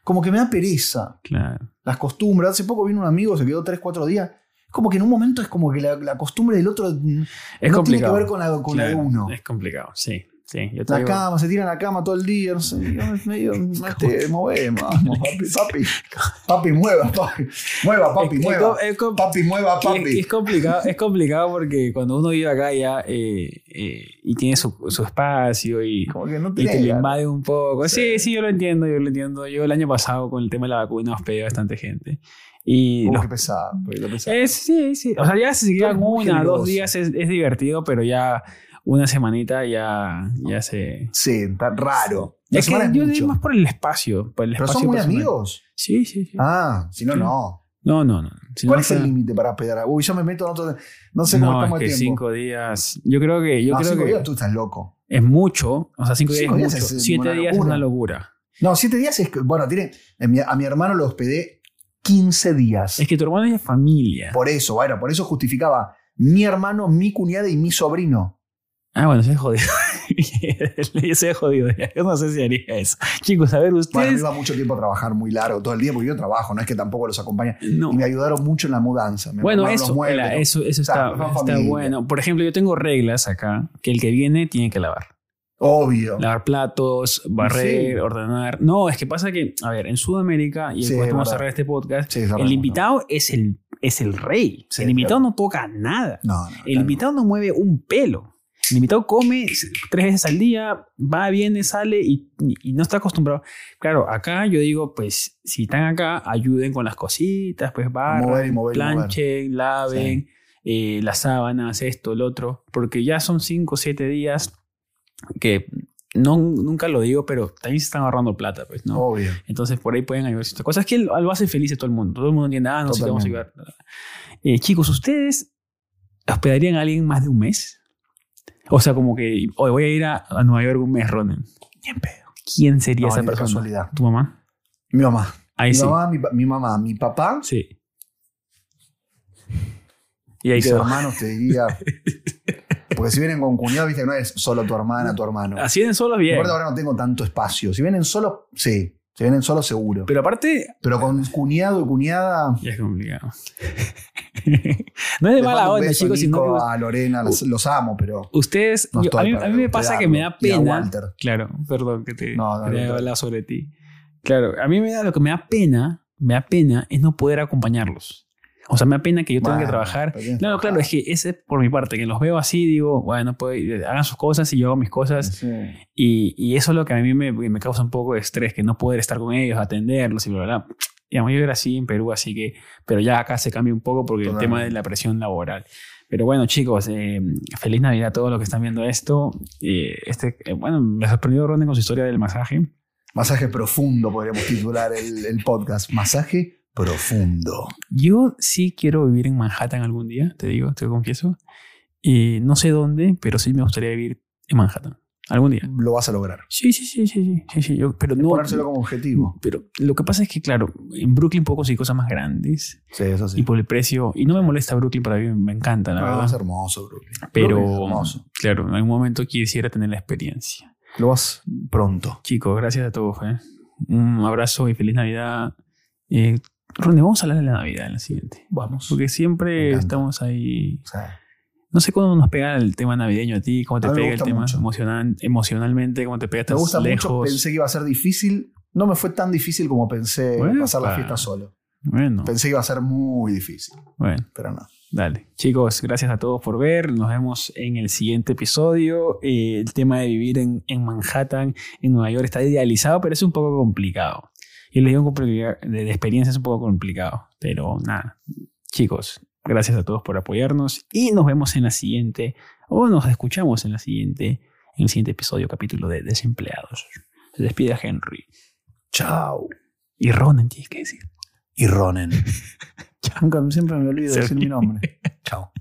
S1: como que me da pereza
S2: Claro.
S1: las costumbres. Hace poco vino un amigo, se quedó 3, 4 días. Es como que en un momento es como que la, la costumbre del otro mm,
S2: Es
S1: no tiene que
S2: complicado.
S1: ver con la, con la de
S2: Claro,
S1: uno.
S2: Es complicado, sí. sí yo te
S1: La
S2: digo,
S1: cama, se tira en la cama todo el día, no sé, es medio, este, movemos, vamos, papi, papi, papi, mueva, papi, mueva, papi,
S2: es- es
S1: mueva,
S2: com- es com-
S1: papi, mueva,
S2: Que- que
S1: papi.
S2: es complicado, es complicado porque cuando uno vive acá ya eh, eh, y tiene su, su espacio y,
S1: Como que no
S2: y te
S1: tiene
S2: lo
S1: ganas.
S2: invade un poco. Sí.
S1: Sí.
S2: sí, yo lo entiendo, yo lo entiendo. Yo el año pasado con el tema de la vacuna hospedé bastante gente. Y
S1: Uy,
S2: los-
S1: qué pesado, porque lo pesado.
S2: es- Eh, sí, sí. O sea, ya si
S1: Tú eres
S2: llegan
S1: muy
S2: una,
S1: generoso.
S2: dos días es, es divertido, pero ya una semanita ya, ya se...
S1: Sí, tan raro. La
S2: Es que
S1: semana es
S2: yo digo
S1: mucho.
S2: más por el espacio. Por el
S1: ¿Pero
S2: espacio
S1: son muy
S2: personal.
S1: amigos?
S2: Sí, sí, sí.
S1: Ah, si no,
S2: Sí.
S1: no.
S2: No, no, no. Si no
S1: ¿Cuál es el
S2: fuera-
S1: límite para hospedar? a- Uy, yo me meto en otro... No sé cómo
S2: No, es
S1: estamos de
S2: que
S1: tiempo.
S2: cinco días. Yo creo que... Yo
S1: no,
S2: creo
S1: cinco
S2: que
S1: días tú estás loco.
S2: es mucho. O sea, cinco días
S1: Cinco
S2: es
S1: días
S2: mucho.
S1: es
S2: Siete
S1: una
S2: días es
S1: locura.
S2: una locura.
S1: No, siete días es... que- Bueno, tiene... en mi- A mi hermano lo hospedé 15 días.
S2: Es que tu hermano es de familia.
S1: Por eso, bueno, por eso justificaba mi hermano, mi cuñada y mi sobrino.
S2: Ah, bueno, se ve jodido. se ve jodido. Yo no sé si haría eso. Chicos, a ver,
S1: Bueno, me
S2: ustedes.
S1: iba mucho tiempo a trabajar muy largo, todo el día, porque yo trabajo, no es que tampoco los acompañe.
S2: no.
S1: Y me ayudaron mucho en la mudanza. Me
S2: Bueno,
S1: armaron los
S2: eso,
S1: muebles,
S2: la-
S1: todo.
S2: eso, eso
S1: Claro,
S2: está,
S1: son
S2: está
S1: familia.
S2: bueno. Por ejemplo, yo tengo reglas acá que el que viene tiene que lavar.
S1: Obvio.
S2: Lavar platos, barrer,
S1: Sí.
S2: ordenar. No, es que pasa que, a ver, en Sudamérica, y
S1: Sí,
S2: después
S1: es
S2: vamos
S1: verdad.
S2: a cerrar este podcast,
S1: Sí, cerramos,
S2: el invitado es, el, es el rey.
S1: Sí,
S2: el invitado no toca nada.
S1: No, no, no,
S2: El invitado no mueve un pelo. El invitado come tres veces al día, va, viene, sale y, y no está acostumbrado. Claro, acá yo digo, pues si están acá, ayuden con las cositas, pues
S1: Mover y
S2: barran,
S1: mover y mover.
S2: planchen, laven, eh, las sábanas, esto, el otro, porque ya son cinco o siete días que no, nunca lo digo, pero también se están ahorrando plata, pues, ¿no?
S1: Obvio.
S2: Entonces por ahí pueden ayudar ciertas cosas. Es que lo lo hace feliz a todo el mundo. Todo el mundo entiende, ah, no sé, te vamos a ayudar. Eh, chicos, ¿ustedes hospedarían a alguien más de un mes? O sea, como que hoy voy a ir a, a Nueva York un mes, Ronen. Bien pedo. ¿Quién sería
S1: No,
S2: esa
S1: ni de
S2: persona?
S1: casualidad.
S2: ¿Tu mamá?
S1: Mi mamá.
S2: Ahí
S1: mi,
S2: sí.
S1: mamá mi, pa- mi mamá, mi papá,
S2: Sí. Y ahí
S1: mis
S2: quedó.
S1: hermanos te diría. Porque si vienen con cuñado, viste que no es solo tu hermana, tu hermano.
S2: Así en solos bien.
S1: Aparte ahora no tengo tanto espacio. Si vienen solo, sí. Si vienen solo, seguro.
S2: Pero aparte,
S1: Pero con cuñado y cuñada.
S2: ya es complicado. no es de
S1: les
S2: mala
S1: mando un
S2: onda,
S1: beso,
S2: chicos, sino que
S1: Nico, a Lorena, los, los amo, pero.
S2: ustedes.
S1: No
S2: yo-
S1: estoy
S2: a, mí,
S1: para
S2: a mí me pasa que me da
S1: hospedarlo. Y a
S2: pena.
S1: Walter.
S2: Claro, perdón que te
S1: No, no,
S2: quería
S1: no, no.
S2: hablar sobre ti. Claro, a mí me da, lo que me da pena, me da pena es no poder acompañarlos. O sea, me da pena que yo tenga que
S1: Bueno,
S2: trabajar.
S1: está bien.
S2: Claro, claro, es que ese es por mi parte, que los veo así, digo, bueno, puedo ir, hagan sus cosas y yo hago mis cosas.
S1: Sí.
S2: Y, y eso es lo que a mí me, me causa un poco de estrés, que no poder estar con ellos, atenderlos y bla, bla, bla. Digamos, yo era así en Perú, así que, pero ya acá se cambia un poco porque el tema
S1: Totalmente.
S2: de la presión laboral. Pero bueno, chicos, eh, feliz Navidad a todos los que están viendo esto. Eh, este, eh, bueno, me sorprendió Ronen con su historia del masaje.
S1: Masaje profundo, podríamos titular el, el podcast. Masaje profundo.
S2: Yo sí quiero vivir en Manhattan algún día, te digo, te confieso. Y no sé dónde, pero sí me gustaría vivir en Manhattan algún día.
S1: Lo vas a lograr.
S2: Sí, sí, sí, sí, sí, sí, sí, yo- pero no.
S1: Ponérselo como objetivo.
S2: Pero lo que pasa es que, claro, en Brooklyn puedo conseguir cosas más grandes
S1: Sí, eso
S2: y
S1: sí.
S2: por el precio. Y no me molesta Brooklyn para vivir, me encanta, la
S1: Ah, es
S2: verdad.
S1: hermoso, Brooklyn.
S2: Pero,
S1: Brooklyn es hermoso.
S2: claro, en algún momento quisiera tener la experiencia.
S1: Lo vas pronto.
S2: Chicos, gracias a todos. ¿eh? Un abrazo y feliz Navidad. Eh, Ronnie, vamos a hablar de la Navidad en la siguiente.
S1: Vamos.
S2: Porque
S1: Me
S2: siempre
S1: encanta.
S2: estamos ahí.
S1: O sea,
S2: No sé cómo nos pega el tema navideño a ti, cómo te
S1: A mí me
S2: pega el
S1: gusta
S2: tema
S1: mucho.
S2: emocional- emocionalmente, cómo te pega
S1: me
S2: tan
S1: gusta
S2: lejos.
S1: mucho. Pensé que iba a ser difícil. No me fue tan difícil como pensé
S2: Bueno,
S1: pasar la
S2: pa.
S1: fiesta solo.
S2: Bueno,
S1: Pensé que iba a ser muy difícil,
S2: bueno.
S1: pero no.
S2: Dale. Chicos, gracias a todos por ver. Nos vemos en el siguiente episodio. Eh, el tema de vivir en, en Manhattan, en Nueva York, está idealizado, pero es un poco complicado. Y les digo con prioridad de, de experiencia es un poco complicado. Pero nada. Chicos, gracias a todos por apoyarnos. Y nos vemos en la siguiente, o nos escuchamos en la siguiente, en el siguiente episodio, capítulo de Desempleados. Se despide Henry.
S1: Chao.
S2: Y Ronan tiene que decir.
S1: Y Ronen. Nunca, siempre me olvido de
S2: Se
S1: decir mi nombre. Chao.